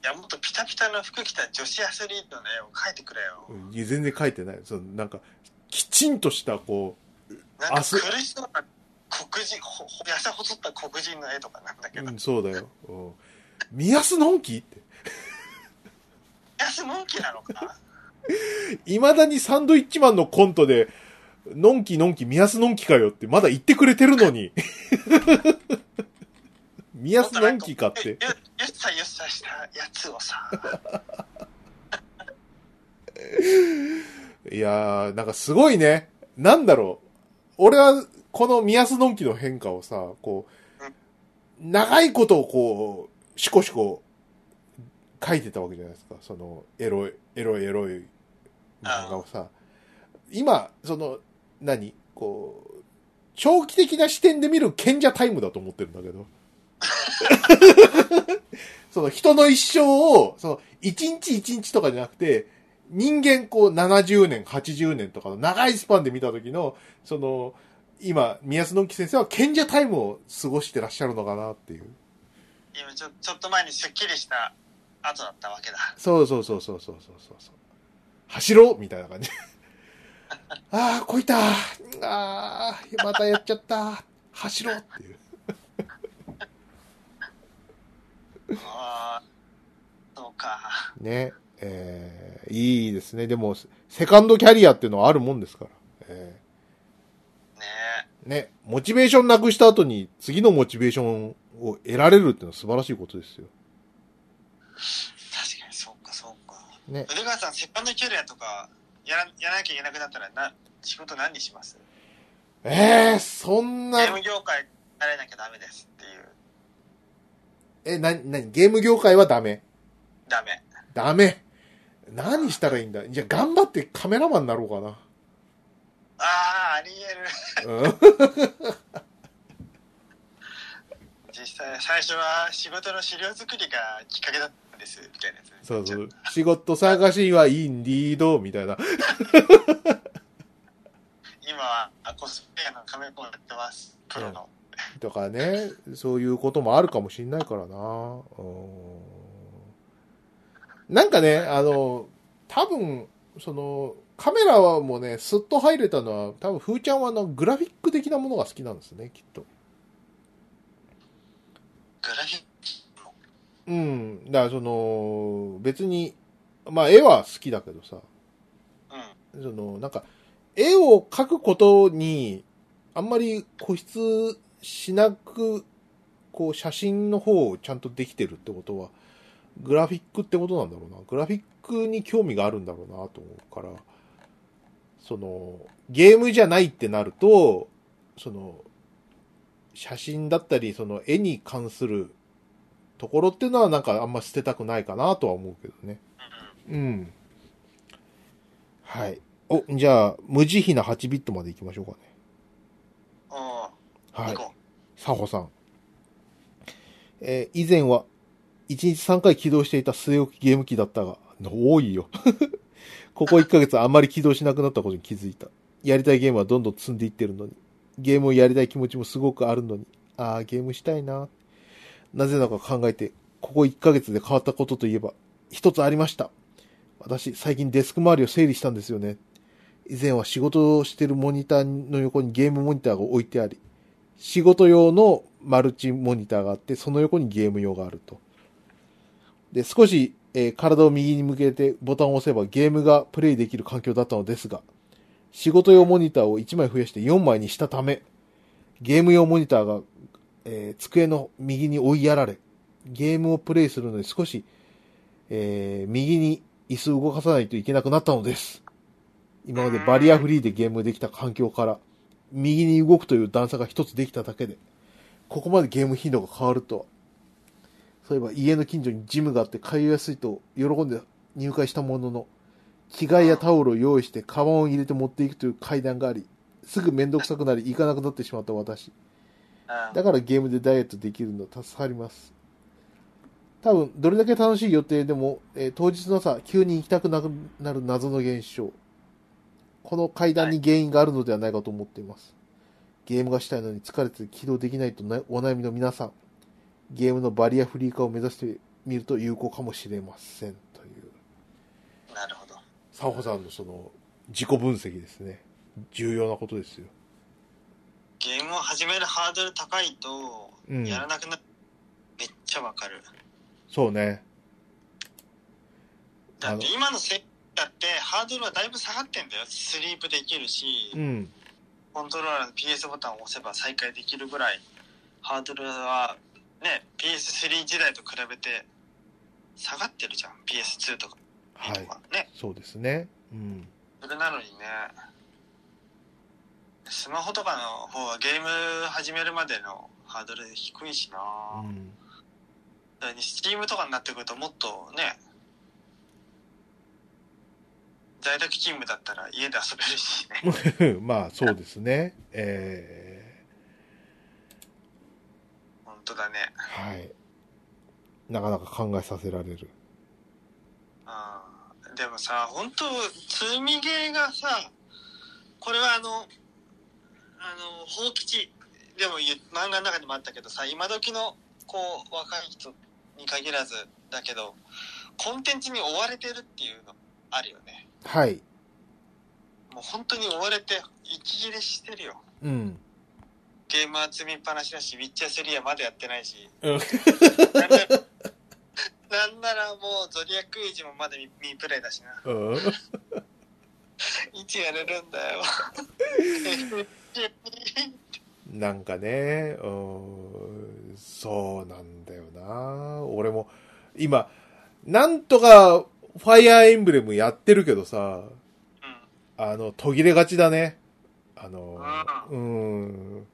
A: いや、もっとピタピタの服着た女子アスリートの絵を描いてくれよ。
B: いや全然書いてない。その、なんか、きちんとした、こ
A: なんか
B: あ
A: 苦
B: す
A: しそうな黒人、ほ、ほ、痩せ細った黒人の絵とかなんだ
B: う、
A: けど。
B: うん、
A: 宮
B: そうだよ。うん。宮安のんきって。
A: 津のんきなのか
B: いまだにサンドイッチマンのコントで、のんきのんき、宮安のんきかよって、まだ言ってくれてるのに。宮安のんきかって
A: ゆ。ゆゆっさゆっさしたやつをさ
B: いやー、なんかすごいね。なんだろう。俺は、この宮安のんきの変化をさ、こう、長いことをこう、しこしこ書いてたわけじゃないですか。その、エロい、エロい、エロい漫画をさ。今、その、何こう、長期的な視点で見る賢者タイムだと思ってるんだけど。その人の一生を、その、一日一日とかじゃなくて、人間こう70年、80年とかの長いスパンで見た時の、その、今、宮津のんき先生は賢者タイムを過ごしてらっしゃるのかなっていう。
A: 今ちょちょっと前にすっきりした後だったわ けだ
B: そうそうそうそうそうそうそうそう。走ろうみたいな感じ。 ああ、こいた。ああ、またやっちゃった。走ろうっていう。
A: ああそうか
B: ね。えー、いいですね。でも、セカンドキャリアっていうのはあるもんですから。えー
A: ね
B: ね、モチベーションなくした後に次のモチベーションを得られるっていうのは素晴らしいことですよ。
A: え確かにそうかそうか
B: ね。
A: 宇川さんセカンドキャリアとかやらやらなきゃいけなくなったらな仕事何にします
B: えー、そん
A: ゲ
B: な
A: ー、ム業界なれなきゃダメですっていう
B: え、な、なに、ゲーム業界はダメ。
A: ダメ
B: ダメ。何したらいいんだじゃあ頑張ってカメラマンになろうかな。
A: ああありえる
B: うん
A: 実際最初は仕事の資料作りがきっかけだったんですみたいなやつ
B: そうそう。仕事探しはインディードみたいな。
A: 今はあコスプレのカメラコンやってますプロの、
B: とかね、そういうこともあるかもしんないからな。うんなんかね、あの、多分、その、カメラはもうね、すっと入れたのは、多分、ふーちゃんはあの、グラフィック的なものが好きなんですね、きっと。
A: グラフィック
B: うん。だから、その、別に、まあ、絵は好きだけどさ、
A: うん
B: その、なんか、絵を描くことに、あんまり固執しなく、こう、写真の方をちゃんとできてるってことは、グラフィックってことなんだろうな。グラフィックに興味があるんだろうなと思うから、その、ゲームじゃないってなると、その、写真だったり、その絵に関するところっていうのはなんかあんま捨てたくないかなとは思うけどね。うん。はい。お、じゃあ、無慈悲な8ビットまで行きましょうかね。
A: お
B: はい
A: 行。こ
B: サホさん。えー以前は1日3回起動していた据え置きゲーム機だったが、多いよ。 ここ1ヶ月あんまり起動しなくなったことに気づいた。やりたいゲームはどんどん積んでいってるのに。ゲームをやりたい気持ちもすごくあるのに。ああ、ゲームしたいな。なぜなのか考えて、ここ1ヶ月で変わったことといえば、一つありました。私、最近デスク周りを整理したんですよね。以前は仕事をしてるモニターの横にゲームモニターが置いてあり、仕事用のマルチモニターがあって、その横にゲーム用があると。で、少し、えー体を右に向けてボタンを押せばゲームがプレイできる環境だったのですが、仕事用モニターを1枚増やして4枚にしたため、ゲーム用モニターが、えー机の右に追いやられ、ゲームをプレイするのに少し、えー右に椅子を動かさないといけなくなったのです。今までバリアフリーでゲームできた環境から、右に動くという段差が一つできただけで、ここまでゲーム頻度が変わるとは。そういえば家の近所にジムがあって通いやすいと喜んで入会したものの、着替えやタオルを用意してカバンを入れて持っていくという階段があり、すぐめんどくさくなり行かなくなってしまった私。
A: う。う
B: だ
A: ん。
B: からゲームでダイエットできるの助かります。多分、どれだけ楽しい予定でも、えー当日の朝、急に行きたくなくなる謎の現象。この階段に原因があるのではないかと思っています。ゲームがしたいのに疲れて起動できないとなお悩みの皆さん、ゲームのバリアフリー化を目指してみると有効かもしれません。という、
A: なるほど。
B: サホさんのその、自己分析ですね。重要なことですよ。
A: ゲームを始めるハードル高いと、
B: うん
A: やらなくなる。めっちゃわかる。
B: そうね。
A: だって今のせいだって、ハードルはだいぶ下がってんだよ。スリープできるし、
B: うん。
A: コントローラーの PS ボタンを押せば再開できるぐらい、ハードルは、ね、PS3 時代と比べて、下がってるじゃん。PS2 とか、
B: は
A: と
B: い。
A: か。ね。
B: そうですね。うん。
A: それなのにね、スマホとかの方はゲーム始めるまでのハードル低いしな
B: うん
A: だからスチームとかになってくるともっとね、在宅勤務だったら家で遊べるしね。
B: まあそうですね。え
A: 本当だね。
B: ーはい。なかなか考えさせられる。
A: うんでもさ、本当積みゲーがさ、これはあの、あの、放吉でも言う漫画の中でもあったけどさ、今時のこう、若い人に限らずだけど、コンテンツに追われてるっていうのあるよね。
B: はい。
A: もう本当に追われて、息切れしてるよ。
B: うん。
A: ゲームは積みっぱなしだし、ウィッチャー3はまだや ってないし。
B: う
A: な
B: ん
A: んならなんならもうゾディアックイージもまだ未未プレイだしな。
B: うん。
A: いつやれるんだよ。
B: なんかね、うーん、そうなんだよな。俺も、今、なんとか、ファイアーエンブレムやってるけどさ、
A: う
B: あの、途切れがちだね。あの、
A: う
B: うん。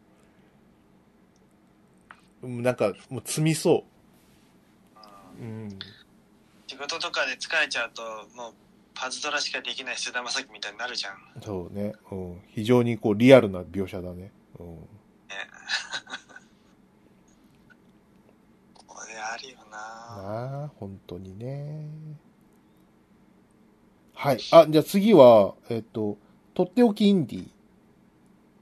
B: うんなんか、もう積みそ
A: ん
B: う。うん。
A: 仕事とかで疲れちゃうと、もうパズドラしかできない菅田将暉みたいになるじゃん。
B: そうね、うん、非常にこうリアルな描写だね。うん、
A: これあるよな
B: なあ、本当にね。はい。あ、じゃあ次は、えっ、と、とっておきインディ、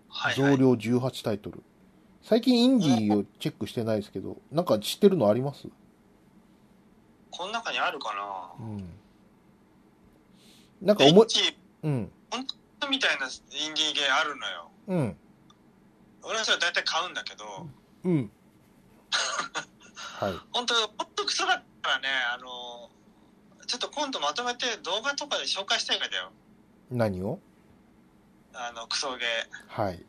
A: はい、は
B: 増
A: い。
B: 量18タイトル。最近インディーをチェックしてないですけど、なんか知ってるのあります
A: この中にあるかな
B: うん。なんか
A: デ
B: 思
A: ッ
B: い、
A: チ
B: うん、
A: みたいなインディーゲーあるのよ。
B: うん、
A: 俺はそれ大体買うんだけど、
B: うん。はい。
A: 本当本当クソだからね、あの、ちょっと今度まとめて動画とかで紹介したいからだよ。
B: 何を
A: あの、クソゲー。
B: はい。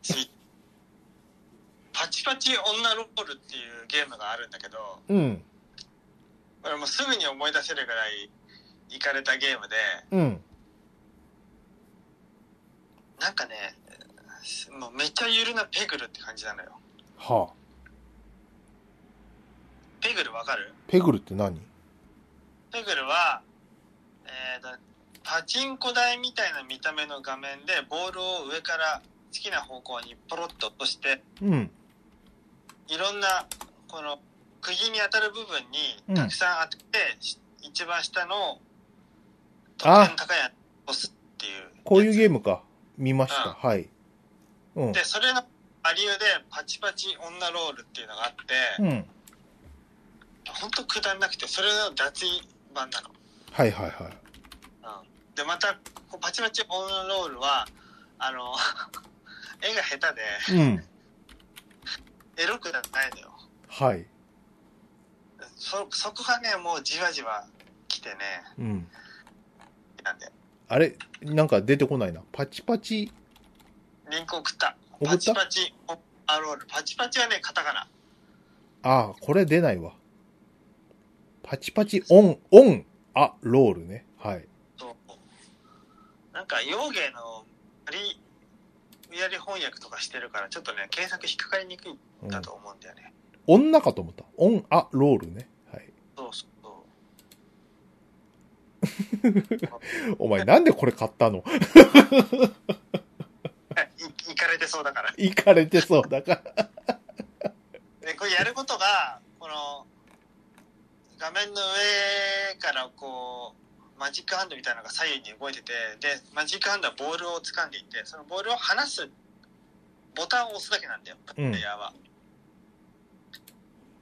A: パチパチ女ロールっていうゲームがあるんだけど、
B: うん、
A: これもうすぐに思い出せるぐらい行かれたゲームで、
B: うん、
A: なんかね、もうめっちゃゆるなペグルって感じなのよ。
B: はあ。
A: ペグルわかる
B: ペグルって何
A: ペグルは、えーと、パチンコ台みたいな見た目の画面でボールを上から好きな方向にポロッと落として
B: うん。
A: いろんなこの釘に当たる部分
B: うん
A: にたくさん当てて、し一番下の
B: あ
A: 得点高いやつを押すっていう
B: こういうゲームか。見ました。
A: うん
B: はい。うん。
A: でそれのアリューでパチパチ女ロールっていうのがあって、
B: うん。
A: ほんとくだんなくてそれの脱衣版なの、
B: はいはいはい。
A: うん、でまたこうパチパチ女ロールはあの 絵が下手
B: うん。
A: でエロくなってないのよ
B: はい。
A: そそこがねもうじわじわ来てね
B: うん。
A: なんで
B: あれなんか出てこないな。パチパチ。
A: リンク送った
B: 送
A: パ
B: った
A: チパチおアロールパチパチはねカタカナ
B: ああ、これ出ないわ。パチパチオン、オン、あ、ロールね。はい。
A: となんか幼芸の無理無理やり翻訳とかしてるからちょっとね検索引っかかりにくいん
B: うん、
A: だと思うんだよね、
B: 女かと思った。オン、あ、ロールね。はい。
A: そうそうそう
B: お前なんでこれ買ったの
A: いいかれてそうだから。
B: 行かれてそうだから。
A: で、これやることが、この、画面の上からこう、マジックハンドみたいなのが左右に動いてて、で、マジックハンドはボールを掴んでいて、そのボールを離す、ボタンを押すだけなんだよ、プレイヤーは。好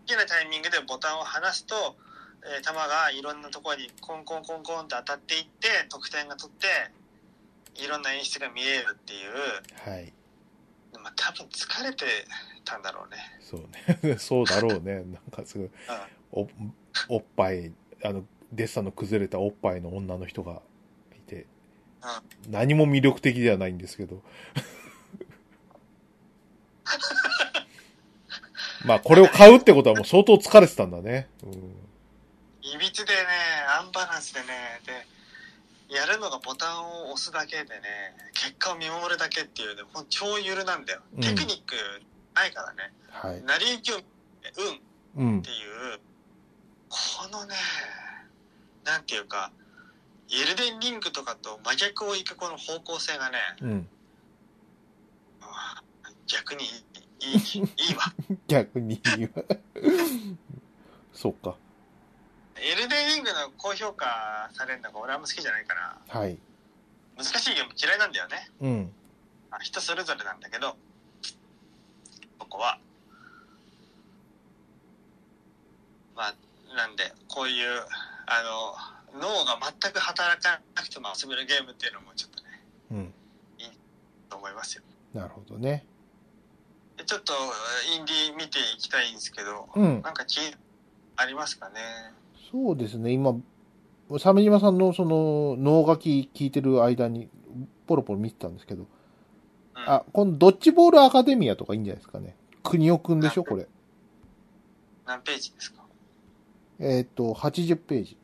A: きなタイミングでボタンを離すと、えー球がいろんなところにコンコンコンコンと当たっていって、得点が取って、いろんな演出が見えるっていう、
B: はい。
A: まあ多分疲れてたんだろうね。
B: そうね。 そうだろうね。なんかすごい、お、おっぱい、あの、デッサンの崩れたおっぱいの女の人がいて、何も魅力的ではないんですけど。 まあ、これを買うってことはもう相当疲れてたんだね。うん
A: いびつでね、アンバランスでね、で、やるのがボタンを押すだけでね、結果を見守るだけっていうね、もう超ゆるなんだよ。
B: うん
A: テクニックないからね、
B: はい。
A: 成り行きを見て、運っ
B: うん
A: て。いう、このね、なんていうか、エルデンリングとかと真逆を行くこの方向性がね、
B: うん。
A: 逆にいい、いい、いいわ。
B: 逆に言わ そうか。
A: エルデンリングの高評価されるのが俺はあんま好きじゃないから、
B: はい。
A: 難しいゲーム嫌いなんだよね。
B: うん。
A: まあ人それぞれなんだけどここはまあなんでこういうあの脳が全く働かなくても遊べるゲームっていうのもちょっとね
B: うん。
A: と思いますよ
B: なるほどね。
A: でちょっとインディー見ていきたいんですけど、
B: うん
A: なんか気ありますかね
B: そうですね。今、鮫島さんのその、脳書き聞いてる間に、ポロポロ見てたんですけど、
A: うん
B: あ、このドッジボールアカデミアとかいいんじゃないですかね。国尾くんでしょこれ。
A: 何ページですか
B: えーっと、80ページ。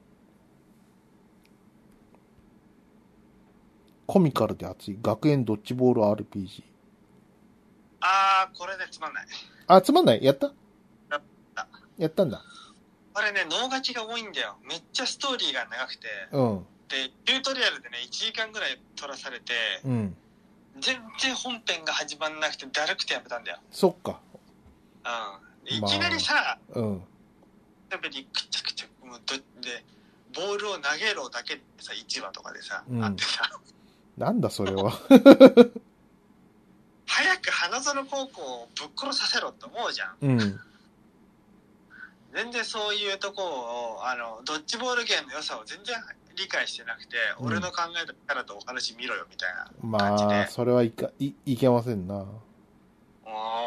B: コミカルで熱い学園ドッジボール RPG。
A: ああこれでつまんない
B: あ、つまんないやった
A: やった
B: やったんだ。
A: これね脳書きが多いんだよめっちゃストーリーが長くて
B: うん。
A: でチュートリアルでね1時間ぐらい取らされて、
B: うん。
A: 全然本編が始まんなくてだるくてやめたんだよ、
B: そっか。
A: うん、い
B: まあ
A: きなりさ
B: うん。
A: やっぱりくちゃくちゃもうどでボールを投げろだけでさ1話とかでさ、
B: うん
A: あってさ
B: なんだそれ は。
A: 早く花園高校をぶっ殺させろって思うじゃん
B: うん。
A: 全然そういうとこをあのドッジボールゲームの良さを全然理解してなくて、
B: うん
A: 俺の考えたキャラとお話見ろよみたいな感じで、
B: まあ、それはいか、い、いけませんな。
A: も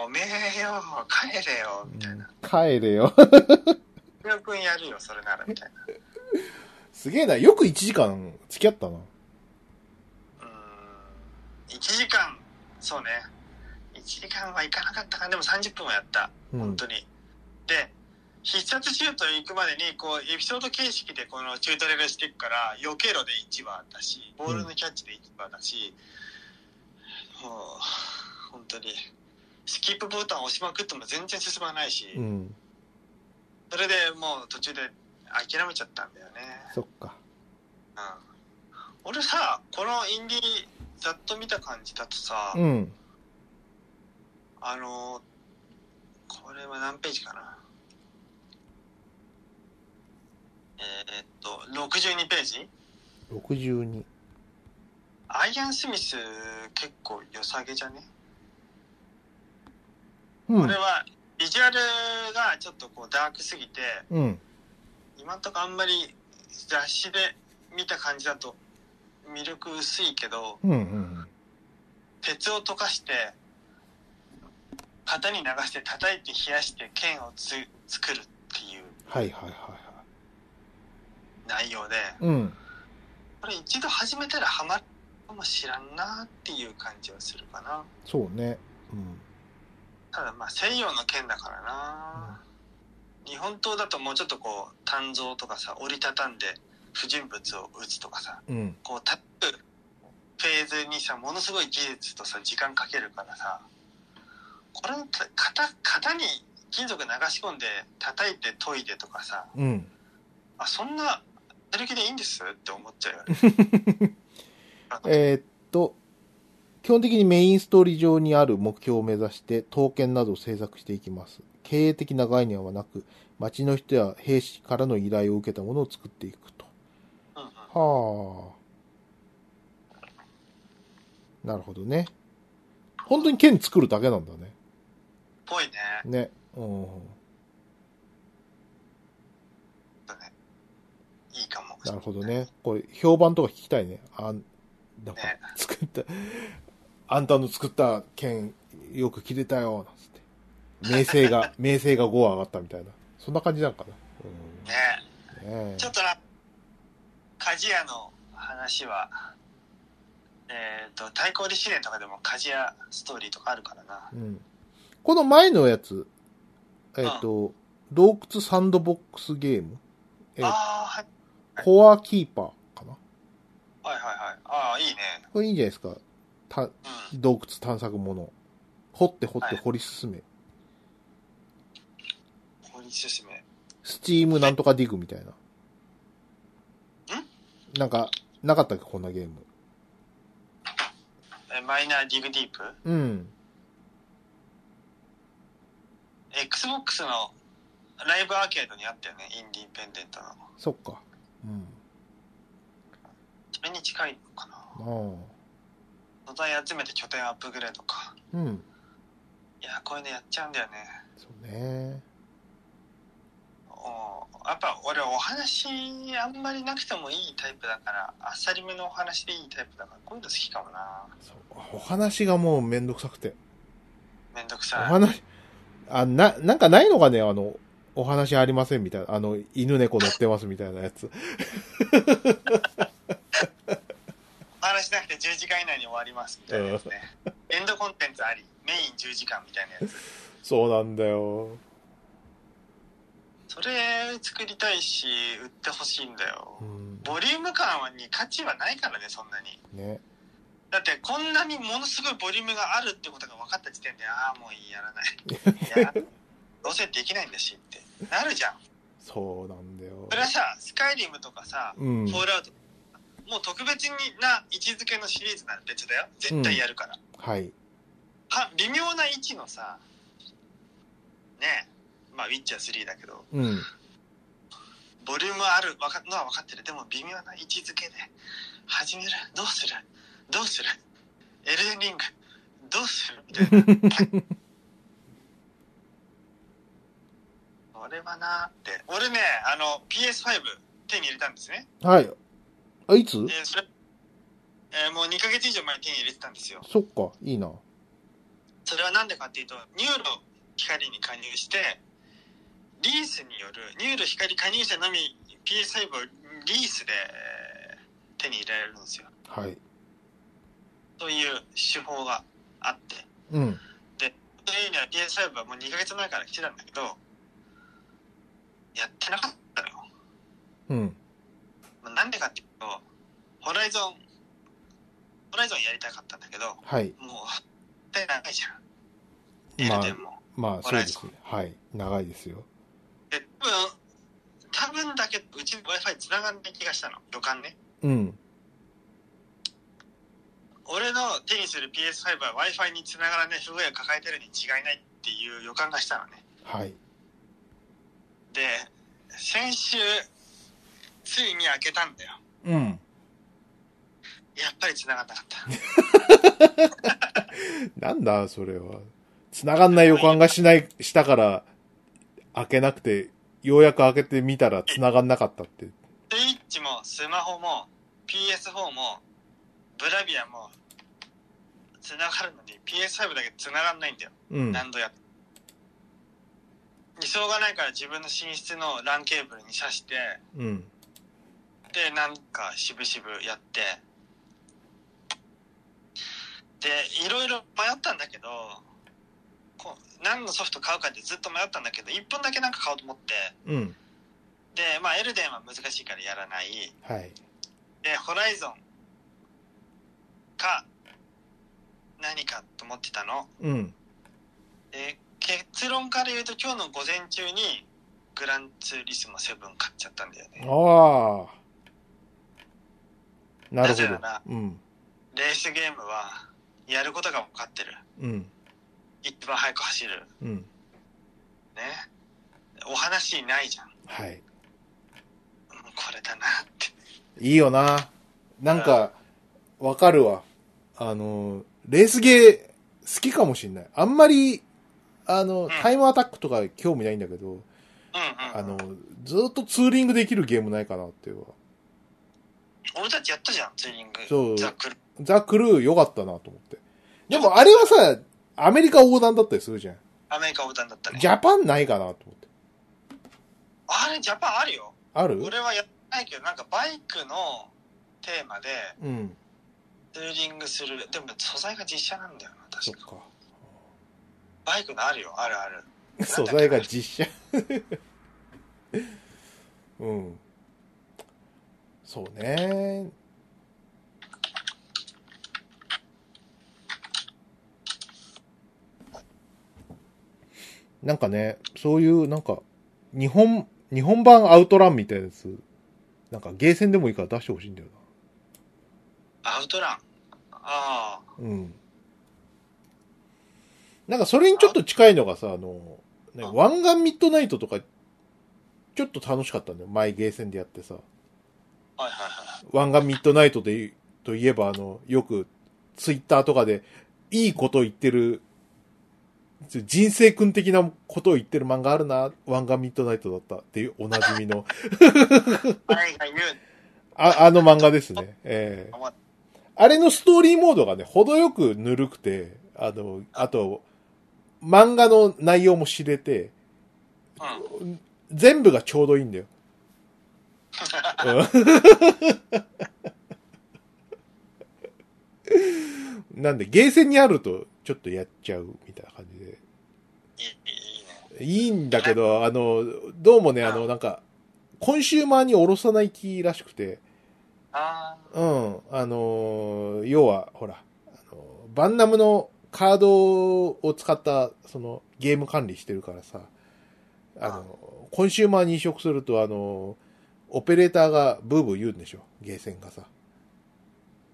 A: うおめえよ帰れよみたいな
B: 帰れよ。
A: 「ひろくんやるよそれなら」みたいな
B: すげえな。よく1時間付き合ったな。
A: うーん1時間そうね1時間はいかなかったかなでも30分はやった
B: うん
A: 本当に、で必殺シュート行くまでにこうエピソード形式でこのチュートリアルしていくから避けろで1話だしボールのキャッチで1話だし、もう本当にスキップボタンを押しまくっても全然進まないし、
B: うん。
A: それでもう途中で諦めちゃったんだよね。
B: そっか。
A: うん、俺さ、このインディーざっと見た感じだとさ、
B: うん。
A: あの、これは何ページかな。えーっと、62ページ
B: 62。
A: アイアン・スミス結構良さげじゃね、
B: う
A: こ
B: ん
A: れ。はビジュアルがちょっとこうダークすぎて、
B: うん。
A: 今んとこあんまり雑誌で見た感じだと魅力薄いけど、
B: うん。うん。
A: 鉄を溶かして、型に流して叩いて冷やして剣をつ作るっていう
B: はいはいはいは
A: 内容で、
B: い。うん。
A: これ一度始めたらハマるかもしらんなっていう感じはするかな。
B: そうね。うん。
A: ただまあ西洋の剣だからな、日本刀だともうちょっとこう鍛造とかさ折りたたんで不純物を打つとかさ
B: うん。
A: こうタップフェーズにさものすごい技術とさ時間かけるからさこれた型型に金属流し込んで叩いて研いでとかさ
B: うん。
A: あそんなやる気でいいんですって思っちゃう よね
B: えーっと、基本的にメインストーリー上にある目標を目指して、刀剣などを制作していきます。経営的な概念はなく、町の人や兵士からの依頼を受けたものを作っていくと。
A: うんうん
B: はあ。なるほどね。本当に剣作るだけなんだね。
A: ぽいね
B: ね。うん。
A: ちょっとねいいかも
B: なるほどね。これ、評判とか聞きたいね。あん、なんか
A: ね、
B: 作った、あんたの作った剣、よく切れたよ、なんつって。名声 が、名声が5上がったみたいな。そんな感じなんか
A: ね
B: な。うん。ねえ
A: ちょっとな、鍛冶屋の話は、えっ、と、太鼓理試練とかでも鍛冶屋ストーリーとかあるからな。
B: うん。この前のやつ、えっ、と、洞窟サンドボックスゲームえ
A: ああ、
B: コアキーパーかな
A: はいはいはいはい。ああ、いいね。
B: これいいんじゃないですか。た
A: うん。
B: 洞窟探索もの。掘って掘って
A: はい
B: 掘り進め。
A: 法律進め。
B: スチームなんとかディグみたいな。なんか、なかったっけこんなゲーム。
A: えマイナーディグディープ
B: うん。
A: ?Xbox のライブアーケードにあったよね。インディペンデントの。
B: そっか。うん。
A: それに近いのかな。
B: あ
A: 素材集めて拠点アップグレードか。
B: あ。うん。
A: いや、こういうのやっちゃうんだよね。
B: そうね。
A: おやっぱ俺お話あんまりなくてもいいタイプだからあっさりめのお話でいいタイプだからこういうの好きかもな
B: そう。お話がもうめんどくさくて。
A: めんどく
B: お
A: さい
B: 話、あ、な、なんかないのかねあの、お話ありませんみたいな。あの、犬猫乗ってますみたいなやつ。
A: お話しなくて10時間以内に終わりますみたいなやつねエンドコンテンツありメイン10時間みたいなやつ
B: そうなんだよ。
A: それ作りたいし売ってほしいんだよ
B: うん。
A: ボリューム感はに価値はないからねそんなに
B: ね。
A: だってこんなにものすごいボリュームがあるってことが分かった時点でああもういいやら ないいやどうせできないんだしってなるじゃん
B: そうなんだよ
A: そ。れはさスカイリムとかさ、
B: うん。
A: フォールアウト、もう特別にな位置づけのシリーズなんて別だよ絶対やるから、
B: はい。
A: は微妙な位置のさねえまあウィッチャー3だけど
B: うん。
A: ボリュームあるわかのは分かってるでも微妙な位置づけで始めるどうするどうするエルデンリングどうするみたいな 俺はなって俺ねあの PS5 手に入れたんですね
B: はい。あ、いつ
A: えーそれ、えーもう2ヶ月以上前に手に入れてたんですよ。
B: そっか。いいな。
A: それはなんでかっていうと、ニューロ光に加入して、リースによる、ニューロ光加入者のみ PS5 をリースでえー手に入れられるんですよ。
B: はい。
A: そういう手法があって。
B: うん。
A: で、それには PS5 はもう2ヶ月前から来てたんだけど、やってなかったのよ。
B: うん。
A: まあなんでかっていうと、ホライゾン、ホライゾンやりたかったんだけど、
B: はい。
A: もう、絶対長いじゃん。エルデンも。
B: まあ、そうですね。はい。長いですよ。
A: で、多分、多分だけど、うち Wi-Fi 繋がんない気がしたの。旅館ね。
B: うん。
A: 俺の手にする PS5 は Wi-Fi に繋がらない不具合を抱えてるに違いないっていう予感がしたのね。
B: はい。
A: で、先週、ついに開けたんだよ。
B: うん。
A: やっぱり繋がんなかった。
B: なんだ、それは。繋がんない予感がしない、したから、開けなくて、ようやく開けてみたら繋がんなかったって。
A: スイッチもスマホも PS4 もブラビアも繋がるのに PS5 だけ繋がんないんだよ、
B: うん。
A: 何度やってもしょうがないから自分の寝室の LAN ケーブルに挿して
B: うん。
A: でなんかしぶしぶやってでいろいろ迷ったんだけどこう何のソフト買うかってずっと迷ったんだけど1本だけなんか買おうと思って
B: うん。
A: でまあエルデンは難しいからやらない
B: はい。
A: で、ホライゾンか、何かと思ってたの。
B: うん。
A: で、結論から言うと今日の午前中に、グランツーリスモ7買っちゃったんだよね。
B: ああ。なる
A: なぜな
B: ほ
A: ら
B: ど。うん。
A: レースゲームは、やることが分かってる。
B: うん。
A: 一番早く走る。
B: うん。
A: ね。お話ないじゃん。うん
B: はい。
A: これだなって。
B: いいよな。なんか、わかるわ。あの、レースゲー好きかもしんない。あんまり、あの、タイムアタックとか興味ないんだけど、あ
A: うんうん。
B: の、ずーっとツーリングできるゲームないかなっていうのは
A: 俺たちやったじゃん、ツーリング。
B: そう
A: ザクル。
B: ザ・クルー良かったなと思って。でもあれはさ、アメリカ横断だったりするじゃん。
A: アメリカ横断だったね。
B: ジャパンないかなと思って。
A: あれ、ジャパンあるよ。
B: ある
A: 俺はやってないけど、なんかバイクのテーマで、
B: うん。
A: ツーリングするでも素材が実写なんだよな
B: そ
A: 確
B: っ
A: か
B: か。
A: バイクのあるよあるある
B: 素材が実写。うん。そうね。なんかね、そういう、なんか、日本、日本版アウトランみたいなやつ、なんかゲーセンでもいいから出してほしいんだよ
A: アウトランああ
B: な。うん。なんかそれにちょっと近いのがさ、あの、ね、
A: あ
B: ワンガンミッドナイトとか、ちょっと楽しかったんだよ。前ゲーセンでやってさ。
A: はいはいはい
B: ワンガンミッドナイトで言う、といえば、あの、よく、ツイッターとかで、いいこと言ってる、人生君的なことを言ってる漫画あるな、ワンガンミッドナイトだったっていうおなじみの、
A: 誰が言う
B: ああの漫画ですね。ええ
A: のは
B: あれのストーリーモードがね、程よくぬるくて、あの、あと、漫画の内容も知れて、
A: うん
B: 全部がちょうどいいんだよ。うん なんで、ゲーセンにあると、ちょっとやっちゃうみたいな感じで。
A: いいいいね
B: いいんだけど、あの、どうもね、あの、なんか、コンシューマーにおろさない気らしくて、
A: あ
B: うん、あのー要は、ほら、あのバンナムのカードを使った、その、ゲーム管理してるからさ、あの
A: あ
B: コンシューマーに移植すると、あのオペレーターがブーブー言うんでしょ、ゲーセンがさ。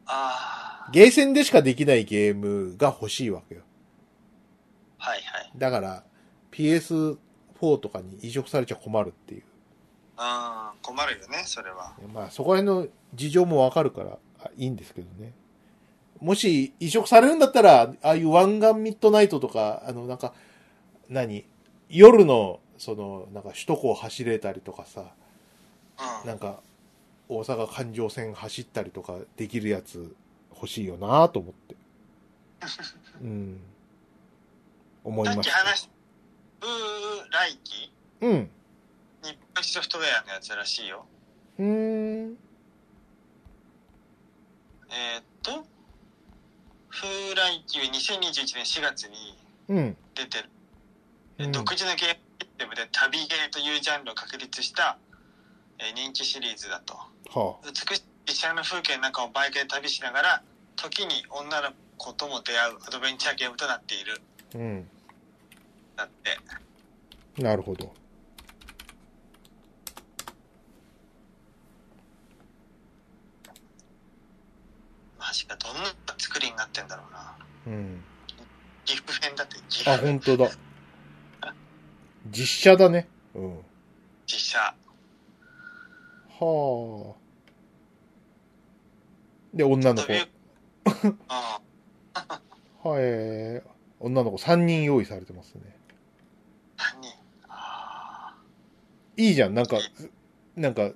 A: ああ
B: ゲーセンでしかできないゲームが欲しいわけよ。
A: あはいはい
B: だから、PS4 とかに移植されちゃ困るっていう。
A: うん困るよねそれは
B: まあ、そこら辺の事情もわかるから、あいいんですけどね。もし移植されるんだったら、ああいう湾岸ミッドナイトとか、あの、なんか、何夜の、その、なんか首都高走れたりとかさ、
A: うん
B: なんか、大阪環状線走ったりとかできるやつ欲しいよなと思って。うん。思
A: さ
B: い
A: っ
B: ま
A: き
B: し
A: 話
B: た。
A: したブーライキ
B: うん。
A: 日本ソフトウェアのやつらしいよ
B: うーん。
A: えーっとフーライキは2021年4月に
B: うん。
A: 出てる、
B: うん
A: 独自のゲームシステムで旅ゲーというジャンルを確立した、えー人気シリーズだと
B: は
A: 美しい自社の風景の中をバイクで旅しながら時に女の子とも出会うアドベンチャーゲームとなっている
B: あ。うん。
A: なって。
B: なるほど。
A: マジか、どんな作りになってんだろうな。
B: うん。
A: 岐阜編だって、岐
B: あ、
A: 阜
B: 本当だ。実写だね。うん。
A: 実写。
B: はあ。で、女の
A: と
B: 子。
A: い
B: は
A: う。うん。
B: い。女の子3人用意されてますね。
A: 何人あ
B: いいじゃん。なんか、なんか、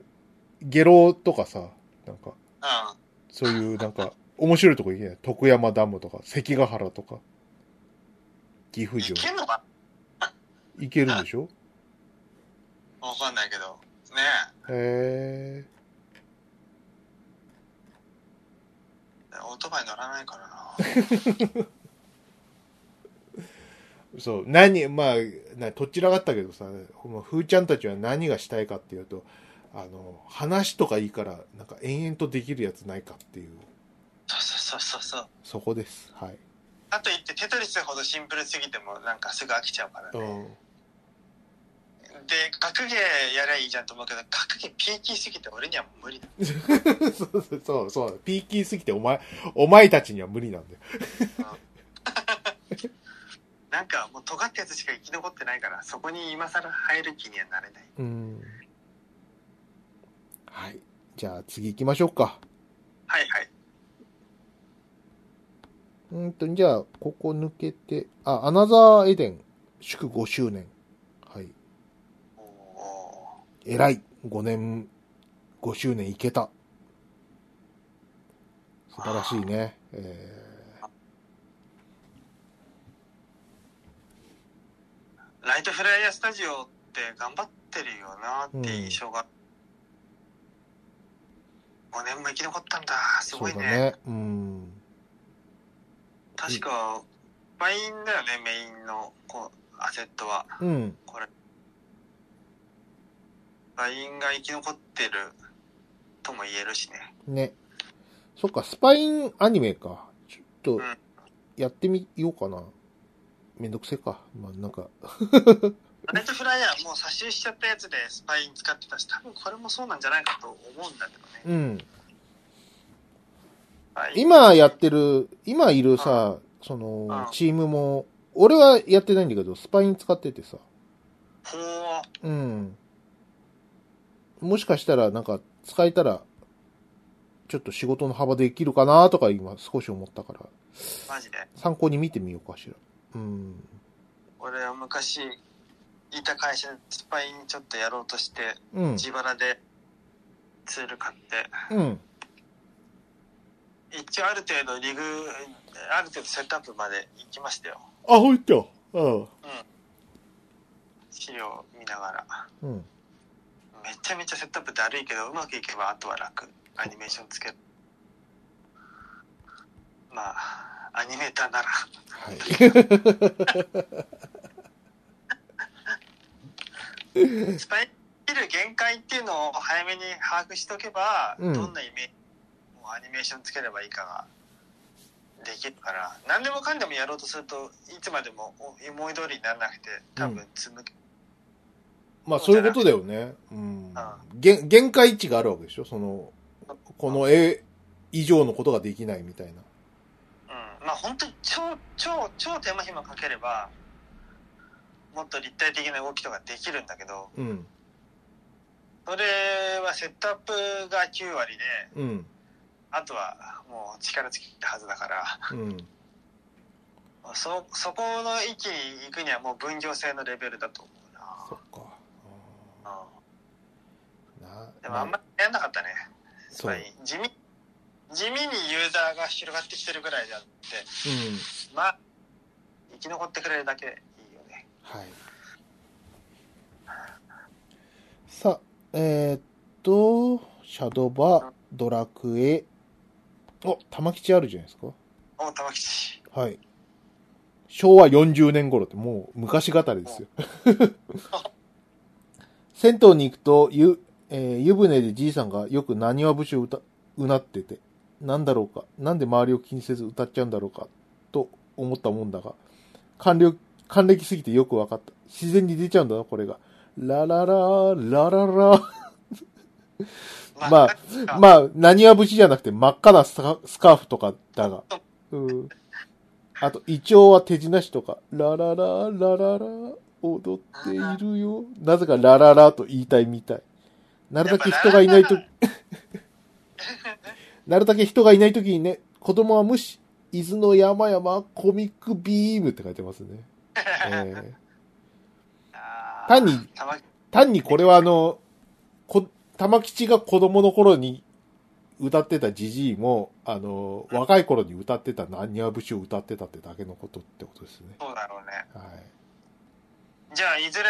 B: ゲロとかさ、なんか、
A: あ。
B: そういう、なんか、面白いとこ行けない。徳山ダムとか、関ヶ原とか、岐
A: うん。
B: 阜
A: い
B: 城。
A: けんのか
B: 行けるんでしょ
A: わかんないけど。ね
B: へ
A: え。オートバイ乗らないから な。
B: え。そう、何、まあ、な、とっちらかったけどさ、ほんまふーちゃんたちは何がしたいかっていうと、あの、話とかいいから、なんか延々とできるやつないかっていう、
A: そうそうそうそうそう。
B: そこです。はい。
A: あと言って、テトリスほどシンプルすぎても、なんかすぐ飽きちゃうから
B: う
A: ね。
B: ん。
A: で、格ゲーやりゃいいじゃんと思うけど、格ゲーピーキーすぎて俺にはもう無理だ。
B: そうそうそうそう、ピーキーすぎてお前、お前たちには無理なんだよ。
A: なんかもう尖ったやつしか生き残ってないから、そこに今更入る気にはなれない。
B: うん。はい。じゃあ次行きましょうか。
A: はいはい。
B: うんと、じゃあ、ここ抜けて、あ、アナザーエデン、祝5周年。はい。
A: おお
B: 偉い。5年、5周年いけた。素晴らしいね。え
A: ー。ライトフライヤースタジオって頑張ってるよなって印象が。5年も生き残ったんだ。
B: ー、
A: す
B: そ
A: ご
B: う
A: い
B: だ
A: ね。
B: ね。うん。
A: 確か、マインだよね、メインのこうアセットは。
B: うん。
A: これ。ラインが生き残ってるとも言えるしね。
B: ね。そっか、スパインアニメか。ちょっと
A: うん、
B: やってみようかな。めんどくせえか。まあ、なんか、
A: ライトフライヤーもう差し入しちゃったやつでスパイン使ってたし、多分これもそうなんじゃないかと思うんだけどね。
B: うん。
A: はい
B: 今やってる、今いるさ、その、
A: うん
B: チームも、俺はやってないんだけど、スパイン使っててさ。
A: ほう。
B: うん。もしかしたら、なんか、使えたら、ちょっと仕事の幅できるかなとか今少し思ったから、
A: マジで。
B: 参考に見てみようかしら。うん。
A: 俺は昔、いた会社でスパインちょっとやろうとして、
B: うん。
A: 自腹でツール買って、
B: うん。
A: 一応ある程度リグ、ある程度セットアップまで行きましたよ。
B: あ、ほいっと。うん。
A: 資料見ながら。
B: うん。
A: めちゃめちゃセットアップだるいけど、うまくいけばあとは楽。アニメーションつける。まあ、アニメーターなら。
B: はい。
A: スパイスキル限界っていうのを早めに把握しとけば、
B: うん
A: どんなイメージもうアニメーションつければいいかができるから何でもかんでもやろうとするといつまでも思い通りにならなくて多分つむけ、
B: まあそういうことだよね。うん
A: ああ。
B: 限限界値があるわけでしょその、この絵以上のことができないみたいな。
A: うんまあ本当に超超超手間暇かければもっと立体的な動きとかできるんだけど
B: うん。
A: それはセットアップが9割で
B: うん。
A: あとはもう力尽きたはずだから。
B: うん。
A: そそこの域に行くにはもう分業制のレベルだと思う
B: そっか。あ
A: な、
B: あな
A: うん、でもあんまりやんなかったねつまり地味地味にユーザーが広がってきてるぐらいであって
B: うん。
A: まあ生き残ってくれるだけいいよね
B: はい。さあ、えーっと、シャドバ、ドラクエ。お、玉吉あるじゃないですか。
A: お玉吉
B: はい。昭和40年頃ってもう昔語りですよ。 銭湯に行くと、ゆ、えー湯船でじいさんがよく何話節を歌、うなってて、なんだろうか、なんで周りを気にせず歌っちゃうんだろうか、と思ったもんだが、還暦、還暦すぎてよく分かった。自然に出ちゃうんだな、これが。ラララー、ラララー。まあ
A: まあ、
B: まあ、何は節じゃなくて真っ赤なスカスカーフとかだが。うん。あと、イチョウは手品師とか、ラララ、ラララ、踊っているよ。なぜかラララと言いたいみたい。なるだけ人がいないと
A: やっ、
B: なるだけ人がいないときにね、子供は無視、伊豆の山々、コミックビームって書いてま すね。えー
A: あー
B: 単に
A: たま
B: 単にこれはあの、こ、玉吉が子供の頃に歌ってたジジイも、あの、若い頃に歌ってた何は節を歌ってたってだけのことってことですね。
A: そうだろうね。
B: はい。
A: じゃあ、いずれ、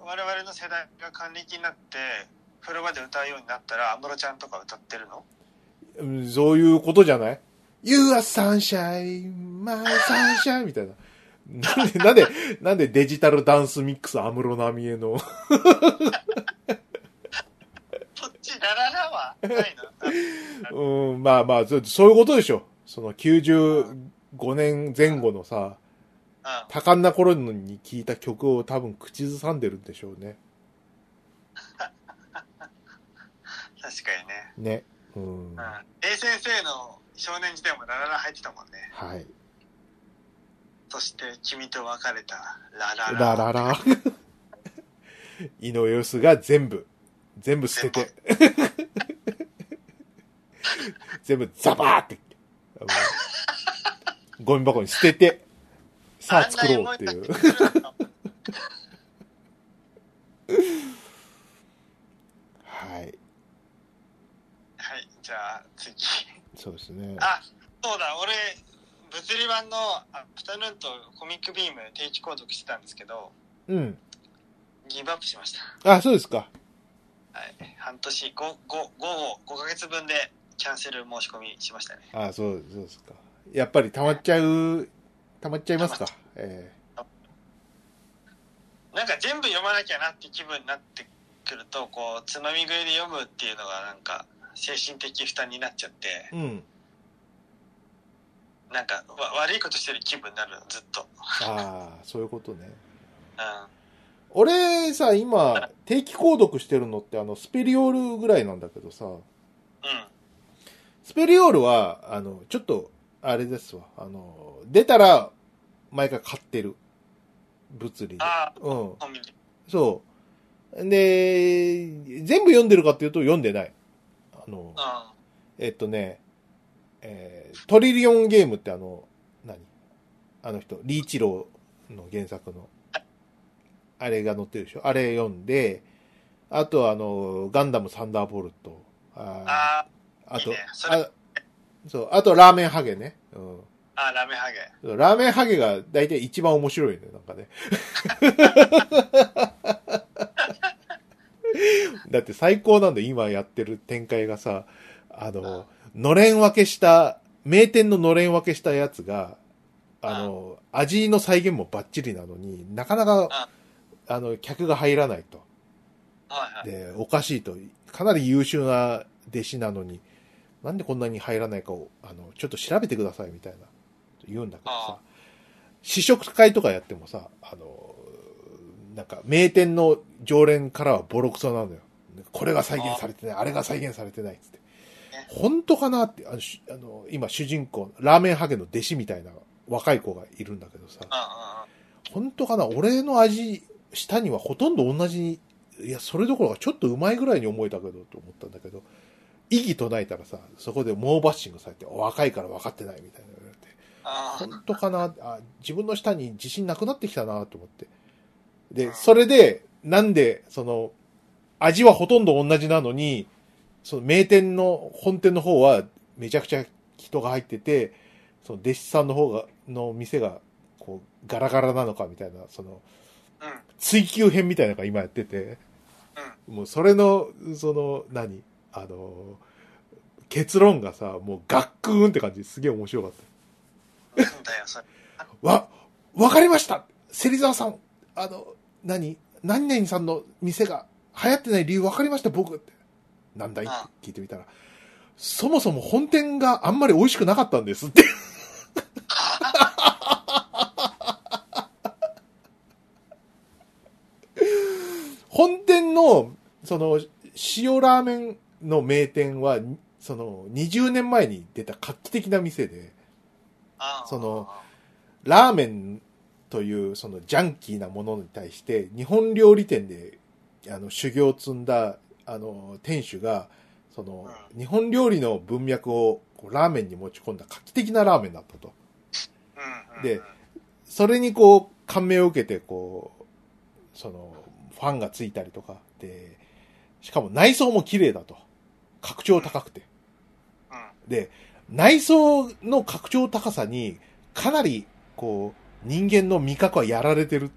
A: 我々の世代が還暦になって、風呂場で歌うようになったら、安室ちゃんとか歌ってるの
B: うんそういうことじゃない ?You are sunshine, my sunshine みたいな。なんで、なんで、なんでデジタルダンスミックス安室奈美恵の。
A: そっち、ラララはないの
B: うん、まあまあ、そそういうことでしょ。その95年前後のさ、
A: う
B: 多感な頃に聴いた曲を多分口ずさんでるんでしょうね。
A: ん、確かにね。
B: ね。うん。
A: うん
B: は。
A: A 先生の少年時代もラララ入ってたもんね。
B: い。
A: そして、君と別れた、ラララ。
B: ラララ。井上陽水が全部、全部捨てて。全部ザバーって、あのゴミ箱に捨てて、さあ作ろうってい
A: あん
B: う
A: な。思いだけするの
B: はい。
A: はい、じゃあ、次。
B: そうですね。
A: あ、そうだ、俺、物理版のアフタヌーンとコミックビーム定期購読してたんですけど、
B: うん。
A: ギブアップしました。
B: あ、そうですか。
A: はい、半年、5、5、5、5ヶ月分でキャンセル申し込みしましたね。
B: あ、そう、そうですか。やっぱり溜まっちゃう、溜まっちゃいますか。え
A: なんか全部読まなきゃなって気分になってくると、こう、つまみ食いで読むっていうのがなんか、精神的負担になっちゃって
B: え、うん。
A: なんかわ悪いことしてる気分になるの、ずっと。
B: ああ、そういうことね。
A: うん。
B: 俺さ、今、定期購読してるのって、あの、スペリオールぐらいなんだけどさ、
A: うん。
B: スペリオールは、あの、ちょっと、あれですわ、あの、出たら、毎回買ってる。物理で。
A: ああ、
B: うん。
A: コンビニ。
B: そう。で、全部読んでるかっていうと、読んでない。あの
A: う、ん。
B: えっとね、えートリリオンゲームってあの、何あの人、リーチローの原作の、あれが載ってるでしょあれ読んで、あとはあの、ガンダムサンダーボルト、あ
A: あ
B: ーあ
A: いい
B: と
A: ねそれ
B: あ、そう、あとラーメンハゲね。うん
A: あ、ああ、ラメハゲ。
B: そうラーメンハゲが大体一番面白いね、なん かね。だって最高なんだよ、今やってる展開がさ、あの、のれん分けした、名店ののれん分けしたやつが、あの、味の再現もバッチリなのに、なかなか、あの、客が入らないと。
A: はいはい。
B: で、おかしいと。かなり優秀な弟子なのに、なんでこんなに入らないかを、あの、ちょっと調べてくださいみたいな、言うんだけど
A: あ
B: さ
A: あ、
B: 試食会とかやってもさ、あの、なんか、名店の常連からはボロクソなのよ。これが再現されてない、あれが再現されてないっつって。本当かなって、あの、しあの今主人公、ラーメンハゲの弟子みたいな若い子がいるんだけどさ、
A: うんうんうん。
B: 本当かな俺の味、舌にはほとんど同じに、いや、それどころかちょっとうまいぐらいに思えたけど、と思ったんだけど、異議唱えたらさ、そこで猛バッシングされて、若いから分かってないみたいな言われて、
A: あ
B: 本当かなあ自分の舌に自信なくなってきたなと思って。で、それで、なんで、その、味はほとんど同じなのに、その名店の、本店の方はめちゃくちゃ人が入ってて、その弟子さんの方が、の店が、こう、ガラガラなのかみたいな、その、
A: あ、うん。
B: 追求編みたいなのが今やってて、もうそれの、その、何あの、結論がさ、もうガックーンって感じですげえ面白かった。
A: なんだよ、それ。
B: わ、わかりました芹沢さん、あの、何何々さんの店が流行ってない理由わかりました僕って。なんだいって
A: ああ
B: 聞いてみたら、そもそも本店があんまり美味しくなかったんですって。本店の、その、塩ラーメンの名店は、その、20年前に出た画期的な店で、
A: あー
B: その、ラーメンという、その、ジャンキーなものに対して、日本料理店で、あの、修行を積んだ、あの、店主が、その、日本料理の文脈を、こうラーメンに持ち込んだ画期的なラーメンだったと。
A: うんうん、
B: でそれにこう、感銘を受けて、こう、その、ファンがついたりとか、で、しかも内装も綺麗だと。格調高くて。
A: うん、
B: で、内装の格調高さに、かなり、こう、人間の味覚はやられてるっ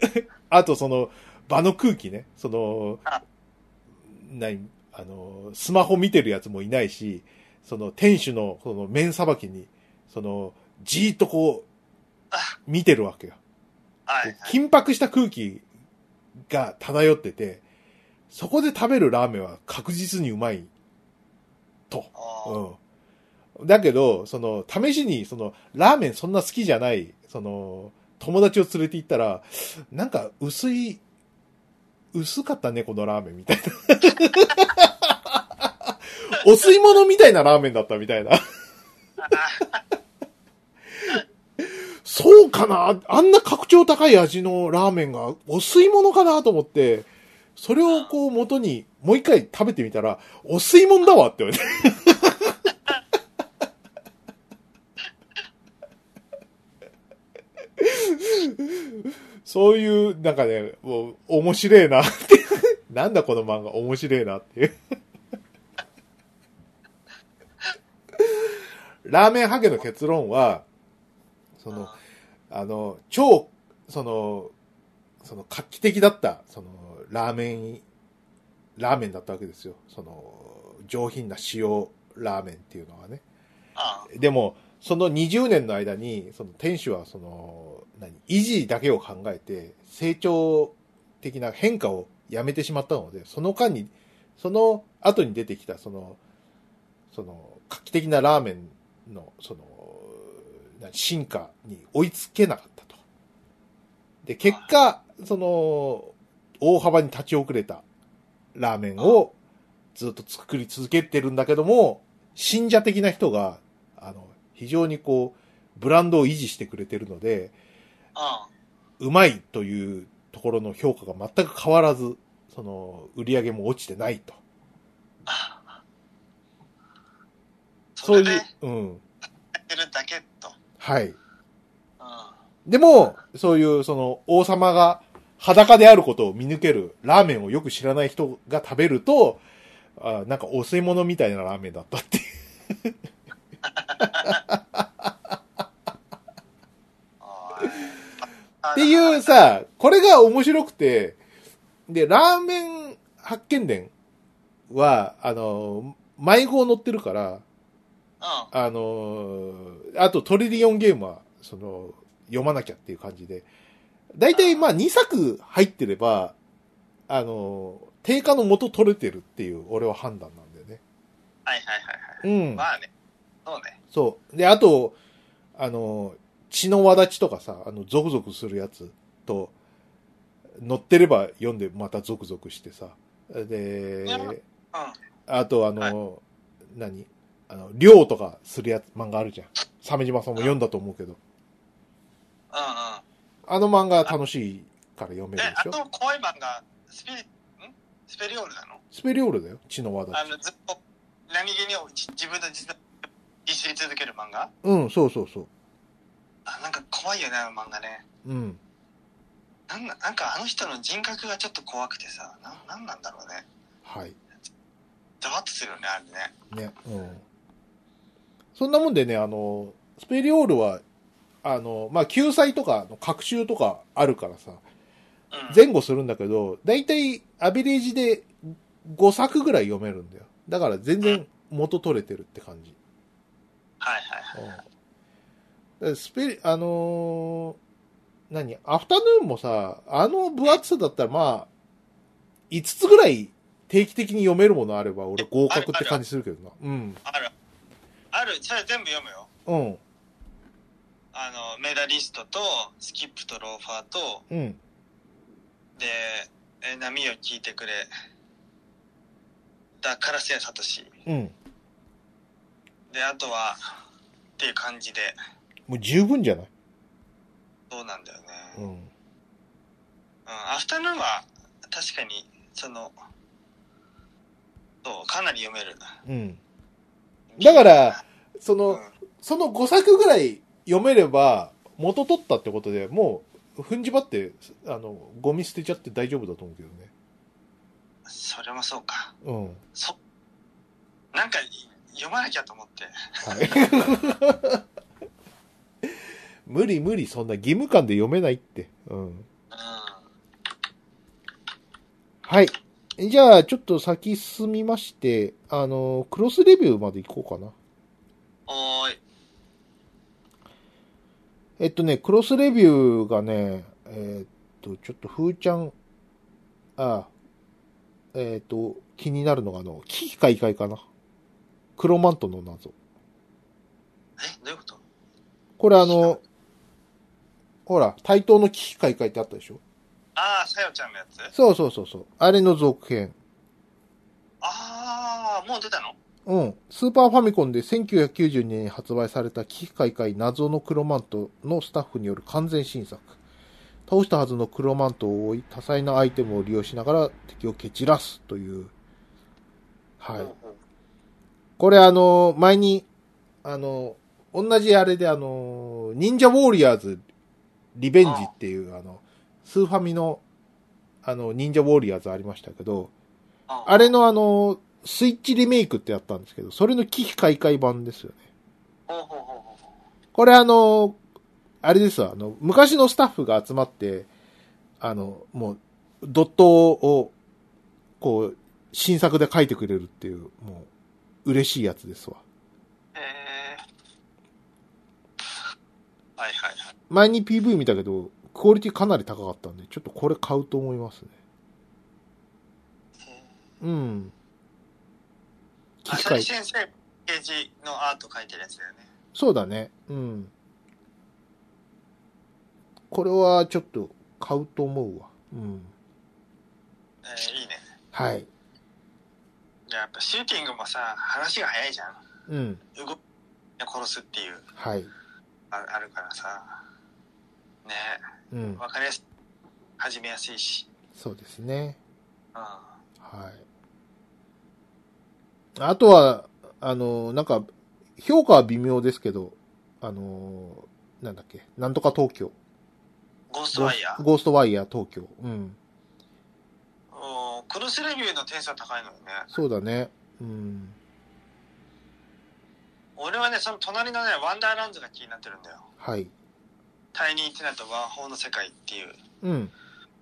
B: て。 あと、その、場の空気ね。その
A: あ、
B: 何、あの、スマホ見てるやつもいないし、その、店主の、その、面さばきに、その、じーっとこ
A: あ
B: う、見てるわけよ。
A: はい、はい
B: こう。緊迫した空気が漂ってて、そこで食べるラーメンは確実にうまい
A: あー
B: うん。だけど、その、試しに、その、ラーメンそんな好きじゃない、その、友達を連れて行ったら、なんか薄い、薄かったね、このラーメンみたいな。 お吸い物みたいなラーメンだったみたいな。そうかなあんな格調高い味のラーメンがお吸い物かなと思って、それをこう元にもう一回食べてみたら、お吸い物だわって言われてそういう、なんかね、もう、面白いなって。なんだこの漫画、面白いなっていう。ラーメンハゲの結論は、その、あの、超、その、その画期的だった、その、ラーメン、ラーメンだったわけですよ。その、上品な塩ラーメンっていうのはね。
A: あ
B: でも、その20年の間に、その店主はその、何、維持だけを考えて、成長的な変化をやめてしまったので、その間に、その後に出てきた、その、その、画期的なラーメンの、その、何進化に追いつけなかったと。で、結果、その、大幅に立ち遅れたラーメンをずっと作り続けてるんだけども、信者的な人が、あの、非常にこう、ブランドを維持してくれてるので、
A: あ
B: うまいというところの評価が全く変わらず、その、売り上げも落ちてないと。
A: そ
B: そう
A: れ
B: い
A: で
B: う
A: や、
B: うん。
A: ってるだけと。
B: はい。
A: うん、あ
B: でも、そういう、その、王様が裸であることを見抜ける、ラーメンをよく知らない人が食べると、あなんかお吸い物みたいなラーメンだったっていう。
A: ー
B: っていうさ、これが面白くて、で、ラーメン発見伝は、あの、迷子乗ってるから、
A: あ
B: あの、あとトリリオンゲームは、その、読まなきゃっていう感じで、だいたいまあ2作入ってれば、あの、定価の元取れてるっていう、俺は判断なんだよね。
A: うん。はいはいはいは
B: うん
A: い。。まあね。そうね。
B: そう。で、あと、あの、血の輪立ちとかさ、あの、ゾクゾクするやつと、乗ってれば読んでまたゾクゾクしてさ。で
A: いや、うん。
B: あとあの、何あの、漁とかするやつ、漫画あるじゃん。鮫島さんも読んだと思うけど。
A: うんうん。
B: あの漫画楽しいから読める
A: え、
B: で
A: あ
B: しょ
A: の怖い漫画、スピリ、んスペリオールなの
B: スペリオールだよ、血の輪立
A: あ
B: ち。
A: の、ずっと何気にじ自分の自宅に知り続ける漫画
B: うん、そうそうそ
A: あ、なんか怖いよね、あの漫画ね。
B: う。うん。
A: なんななんかあの人の人格がちょっと怖くてさ、なんなんなんだろうね。
B: はい。
A: ざわっとするよね、あれね。
B: ね、うん。そんなもんでね、あの、スペリオールは、あの、まあ、救済とか、学習とかあるからさ、
A: うん。
B: 前後するんだけど、だいたいアベレージで5作ぐらい読めるんだよ。だから全然元取れてるって感じ。
A: はいはいはい。
B: うんだからスペリ、あのー何アフタヌーンもさ、あの分厚さだったらまあ、5つぐらい定期的に読めるものあれば、俺合格って感じするけどな。うん。
A: ある。ある、それ全部読むよ。
B: うん。
A: あの、メダリストと、スキップとローファーと、
B: うん。
A: で、えー波を聞いてくれだからせやさとし
B: うん。
A: であとはっていう感じで
B: もう十分じゃない
A: そうなんだよね、う
B: うんん。
A: アフタヌーンは確かにそのそうかなり読める
B: うん。だから、そうの、
A: ん
B: その5作ぐらい読めれば、元取ったってことでもう、踏んじばって、あの、ゴミ捨てちゃって大丈夫だと思うけどね。
A: それもそうか
B: うん。
A: そなんか読まなきゃと思って
B: はい。 無理無理、そんな義務感で読めないって。うん。
A: う
B: はい。じゃあ、ちょっと先進みまして、あの、クロスレビューまで行こうかな。
A: んおーい
B: えっとね、クロスレビューがね、えーっと、ちょっと、ふーちゃん、ああえーっと、気になるのが、あの、危機か異界かな。黒マントの謎。
A: えどういうこと
B: これあの、ほら、対等の危機か異界ってあったでしょ
A: ああさよちゃんのやつ
B: そうそうそうそう。あれの続編。
A: ああもう出たの
B: うん。スーパーファミコンで1992年に発売された危機開会謎の黒マントのスタッフによる完全新作。倒したはずの黒マントを追い、多彩なアイテムを利用しながら敵を蹴散らすという。はい。これあの、前に、あの、同じあれであの、忍者ウォーリアーズリベンジっていうあの、スーファミのあの、忍者ウォーリアーズありましたけど、
A: あ
B: あれのあの、スイッチリメイクってやったんですけど、それの危機開会版ですよね。
A: ほうほうほうほうほ
B: これあの、あれですわ、あの、昔のスタッフが集まって、あの、もう、ドットを、こう、新作で書いてくれるっていう、もう、嬉しいやつですわ。
A: うへえはいはいはい
B: 前に PV 見たけど、クオリティかなり高かったんで、ちょっとこれ買うと思いますね。うん。機
A: 浅井先生ページのアート描いてるやつだよね
B: そうだね。うん。これはちょっと買うと思うわ。うん。
A: えーいいね
B: はい。
A: いややっぱシューティングもさ話が早いじゃん
B: うん。
A: 動きを殺すっていう
B: はい。
A: ああるからさね
B: うん。
A: 分かりやすい始めやすいし
B: そうですね。
A: うん
B: はい。あとは、あの、なんか、評価は微妙ですけど、あの、なんだっけ、なんとか東京。
A: ゴーストワイヤー
B: ゴーストワイヤー東京。うん。
A: おークロスレビューの点数は高いのよね
B: そうだね。うん。
A: 俺はねその隣のねワンダーランズが気になってるんだよ
B: はい。
A: タイニー・ティナとワンホーの世界っていう
B: うん。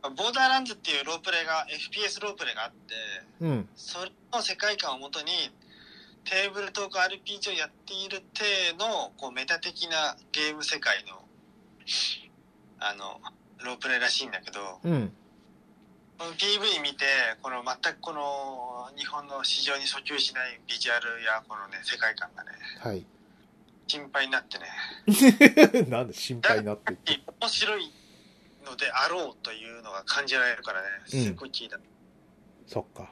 A: ボーダーランズっていうロープレが FPS ロープレがあって
B: うん。
A: それの世界観をもとにテーブルトーク RPG をやっている体のこうメタ的なゲーム世界のあのロープレらしいんだけど
B: うん。
A: この PV 見てこの全くこの日本の市場に訴求しないビジュアルやこのね世界観がね
B: はい。
A: 心配になってね
B: なんで心配になってる。
A: 面白いのであろうというのが感じられるからね
B: うん
A: すごい気になる、
B: そっか。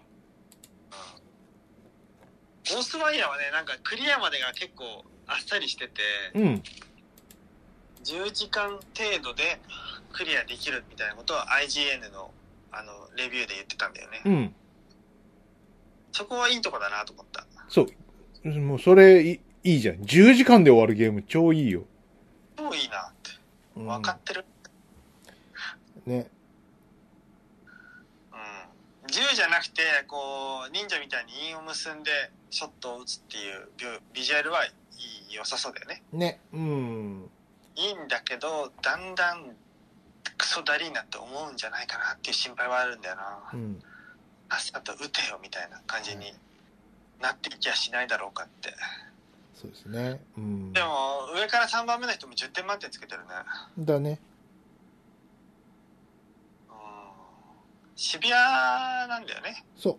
A: ゴーストワイヤーはねなんかクリアまでが結構あっさりしてて
B: うん。
A: 10時間程度でクリアできるみたいなことを IGN のあのレビューで言ってたんだよね、
B: うん。
A: そこはいいとこだなと思った
B: そう。もうそれい、いいじゃん。10時間で終わるゲーム超いいよ。
A: 超いいなって
B: うん
A: 分かってる
B: ね。
A: うん、銃じゃなくてこう忍者みたいに韻を結んでショットを打つっていうビュビジュアルはいい良さそうだよね
B: ね。うん。
A: いいんだけどだんだんクソダリーナって思うんじゃないかなっていう心配はあるんだよな
B: うん。
A: さっと打てよみたいな感じになっていきゃしないだろうかって
B: そうですね。うん。
A: でも上から3番目の人も10点満点つけてるね
B: だね。
A: うんシビアなんだよね
B: そ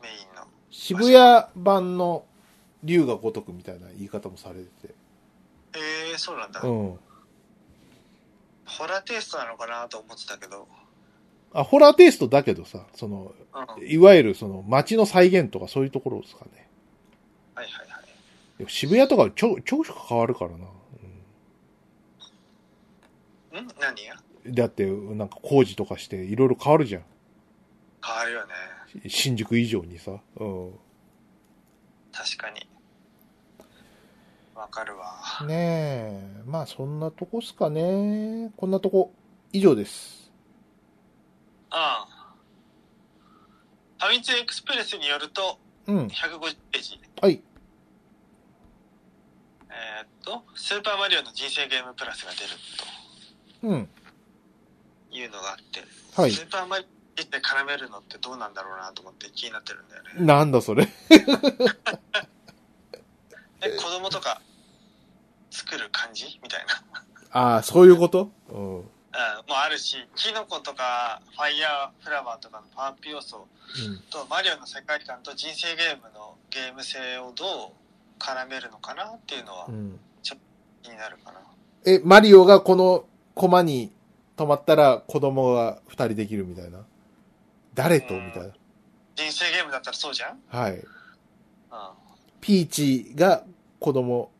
B: う。
A: メインの
B: 渋谷版の竜が如くみたいな言い方もされてて。
A: えー、そうなんだ、
B: うん。
A: ホラーテイストなのかなと思ってたけど
B: あ、ホラーテイストだけどさ、その、
A: うん。はい
B: いわゆるその街の再現とかそういうところですかね。
A: はいはい。
B: でも渋谷とかちょ長所変わるからな。
A: ん何が
B: うんだって、なんか工事とかしていろいろ変わるじゃん。
A: 変わるよね。
B: し新宿以上にさ。う
A: 確かに。わかるわ。
B: ん。ねえ。まあそんなとこっすかね。こんなとこ。以上です。
A: ああ。ファミツエクスプレスによると、
B: うん。
A: 150ページ。
B: はい。
A: えーっと、スーパーマリオの人生ゲームプラスが出る
B: うん。
A: というのがあって、
B: はい
A: ス。ーパーマリオって絡めるのってどうなんだろうなと思って気になってるんだよね。
B: なんだそれ。
A: え、子供とか作る感じみたいな。
B: ああ、そういうことう
A: うん、
B: ん。
A: もあるし、キノコとか、ファイヤーフラワーとかのパワーアップ要素と、マリオの世界観と人生ゲームのゲーム性をどう絡めるのかなっていうのは
B: うん。うん。
A: 気になるかな。
B: え、マリオがこのコマに止まったら子供が二人できるみたいな。誰と
A: うん
B: みたいな。
A: 人生ゲームだったらそうじゃんうん。
B: はい。
A: あ
B: ピーチが子供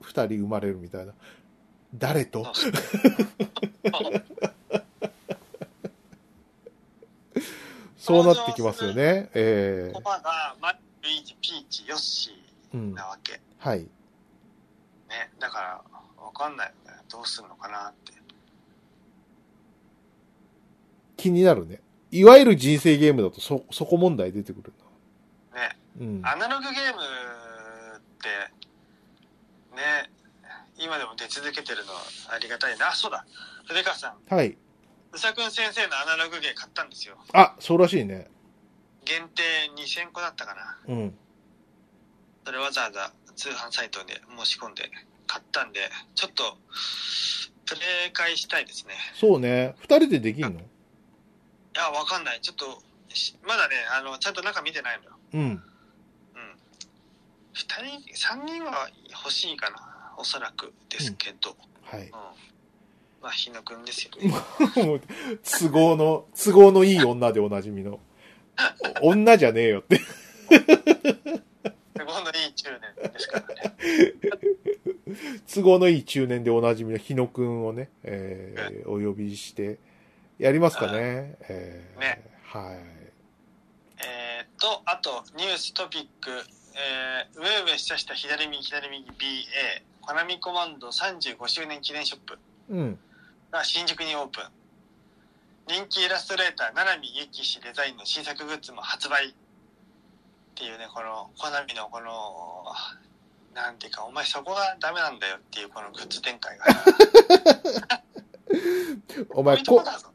B: 二人生まれるみたいな。誰と
A: そうそう
B: そうなってきますよね。え
A: コマが、マルイージ、ピーチ、ヨッシ
B: えうん
A: ー。なわけ。
B: はい。
A: ね。だから、わかんないよね。どうするのかなって。
B: 気になるね。いわゆる人生ゲームだとそ、そこ問題出てくる
A: ね。
B: な。うん。
A: アナログゲームって、ね。今でも出続けてるのはありがたいな。あそうだ。筆川さん、
B: はい。
A: 宇佐くん先生のアナログゲー買ったんですよ。
B: あ、そうらしいね。
A: 限定2000個だったかな。
B: うん。
A: それわざわざ通販サイトで申し込んで買ったんで、ちょっと、プレイ会したいですね。
B: そうね。二人でできんの
A: いや、わかんない。ちょっとし、まだね、あの、ちゃんと中見てないのよ。
B: うん。
A: うん。二人、三人は欲しいかな。おそらくですけど。
B: はい
A: うん。。まあ、日野くん ですよね。
B: もう都合の、都合のいい女でおなじみの。お女じゃねえよって。
A: 都合のいい中年ですからね。
B: 都合のいい中年でおなじみの日野くんをね、えー、お呼びして、やりますかね。えー、
A: ね
B: はい。
A: えーっと、あと、ニューストピック。えー、上上下下左右左右 BA。コナミコマンド35周年記念ショップ
B: うん。
A: が新宿にオープン。人気イラストレーター、七海ゆき氏デザインの新作グッズも発売。っていうね、この、コナミのこの、なんていうか、お前そこがダメなんだよっていうこのグッズ展開が。
B: お
A: こう
B: 前、
A: いうとこ
B: こ、
A: だぞ。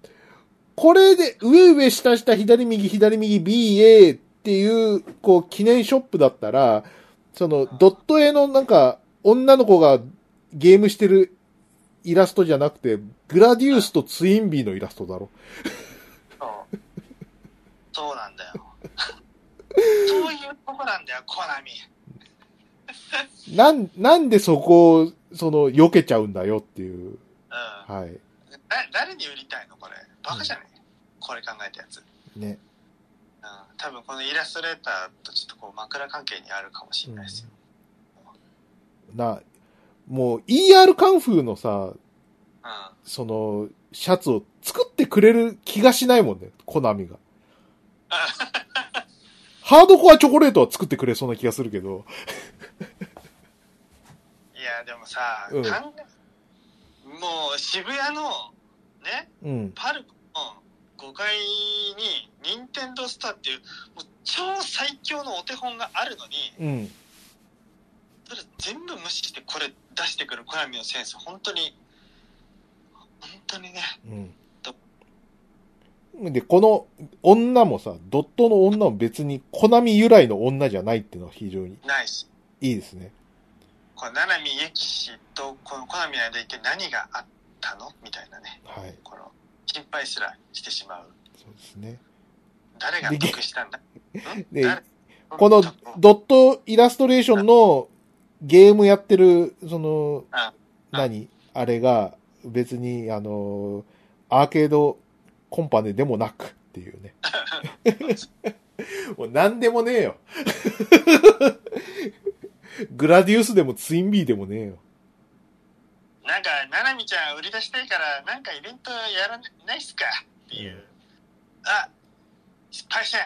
B: これで、上上下下左右左右 BA っていう、こう、記念ショップだったら、その、ドット絵のなんか、女の子がゲームしてるイラストじゃなくて、グラディウスとツインビーのイラストだろ。
A: そう。そうなん だよ。そういうとこなんだよ、コナミ。
B: なん、なんでそこを、その、避けちゃうんだよっていう。
A: うん。
B: はい。
A: だ誰に売りたいのこれバカじゃねえ、これ考えたやつ、うん、
B: ね。
A: 多分このイラストレーターとちょっとこう枕関係にあるかもしれないですよ、
B: な、もう、ER カンフーのさ、
A: うん
B: その、シャツを作ってくれる気がしないもんね、コナミが。ハードコアチョコレートは作ってくれそうな気がするけど。
A: いやでもさ、
B: うん
A: かんもう渋谷のね
B: うん。
A: パルコの5階に任天堂スターっていうもう超最強のお手本があるのに
B: うん。
A: それ全部無視してこれ出してくるコナミのセンス本当に本当にね
B: うん。で、この女もさ、ドットの女も別にコナミ由来の女じゃないっていうのは非常に
A: ないし
B: いいですね。
A: この七海由紀氏とこのコナミの間一体何があったのみたいなね
B: はい。
A: この心配すらしてしまう
B: そうですね。
A: 誰が
B: で
A: 得したんだん
B: で
A: 誰
B: この
A: 得
B: ドットイラストレーションのゲームやってる、その
A: あ、
B: 何あれが別に、あの、アーケードコンパネでもなくっていう ね。もう何でもねえよ。グラディウスでもツインビーでもねえよ。
A: なんか、ななみちゃん売り出したいから、なんかイベントやらないっすかっていう。あ、失敗した。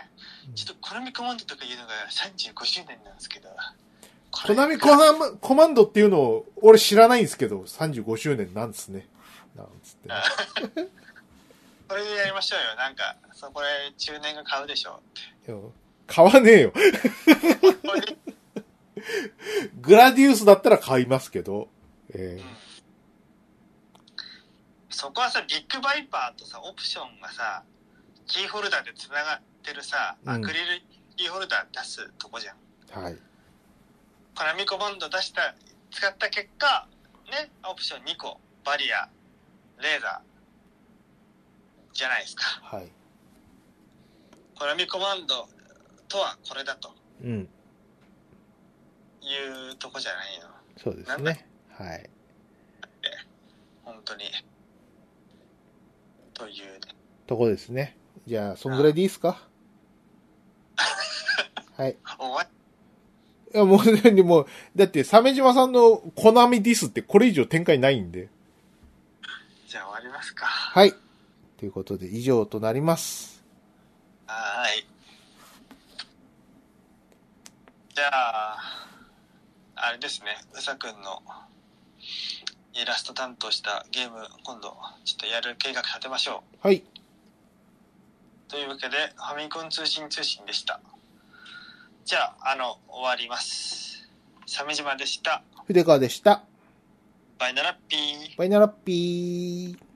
A: ちょっとコナミコマンドとかいうのが35周年なんですけど。
B: コナミコナンコマンドっていうのを俺知らないんですけど、35周年なんですね。なんつって、ね。
A: これでやりましょうよ。なんか、そこで中年が買うでしょ
B: いや買わねえよ。
A: う。これで
B: グラディウスだったら買いますけど。え
A: そこはさ、ビッグバイパーとさ、オプションがさ、キーホルダーでつながってるさ、
B: うん
A: アクリルキーホルダー出すとこじゃん。
B: ーはい。
A: コナミコバンド出した、使った結果、ね、オプション2個、バリア、レーザー、じゃないですか。
B: はい。
A: コナミコバンドとはこれだと
B: うん。
A: いうとこじゃないの。
B: そうですね。はい。
A: 本当に。というね。
B: とこですね。じゃあ、そんぐらいでいいですかはい。
A: おわ
B: いや、もう、でも、だって、鮫島さんのコナミディスってこれ以上展開ないんで。
A: じゃあ終わりますか。
B: はい。ということで、以上となります。
A: はーい。じゃあ、あれですね、うさくんのイラスト担当したゲーム、今度、ちょっとやる計画立てましょ
B: はい。
A: う。というわけで、ファミコン通信通信でした。じゃあ、あの、終わります。鮫島でした。
B: 筆川でした。
A: バイナラッピー。
B: バイナラッピー。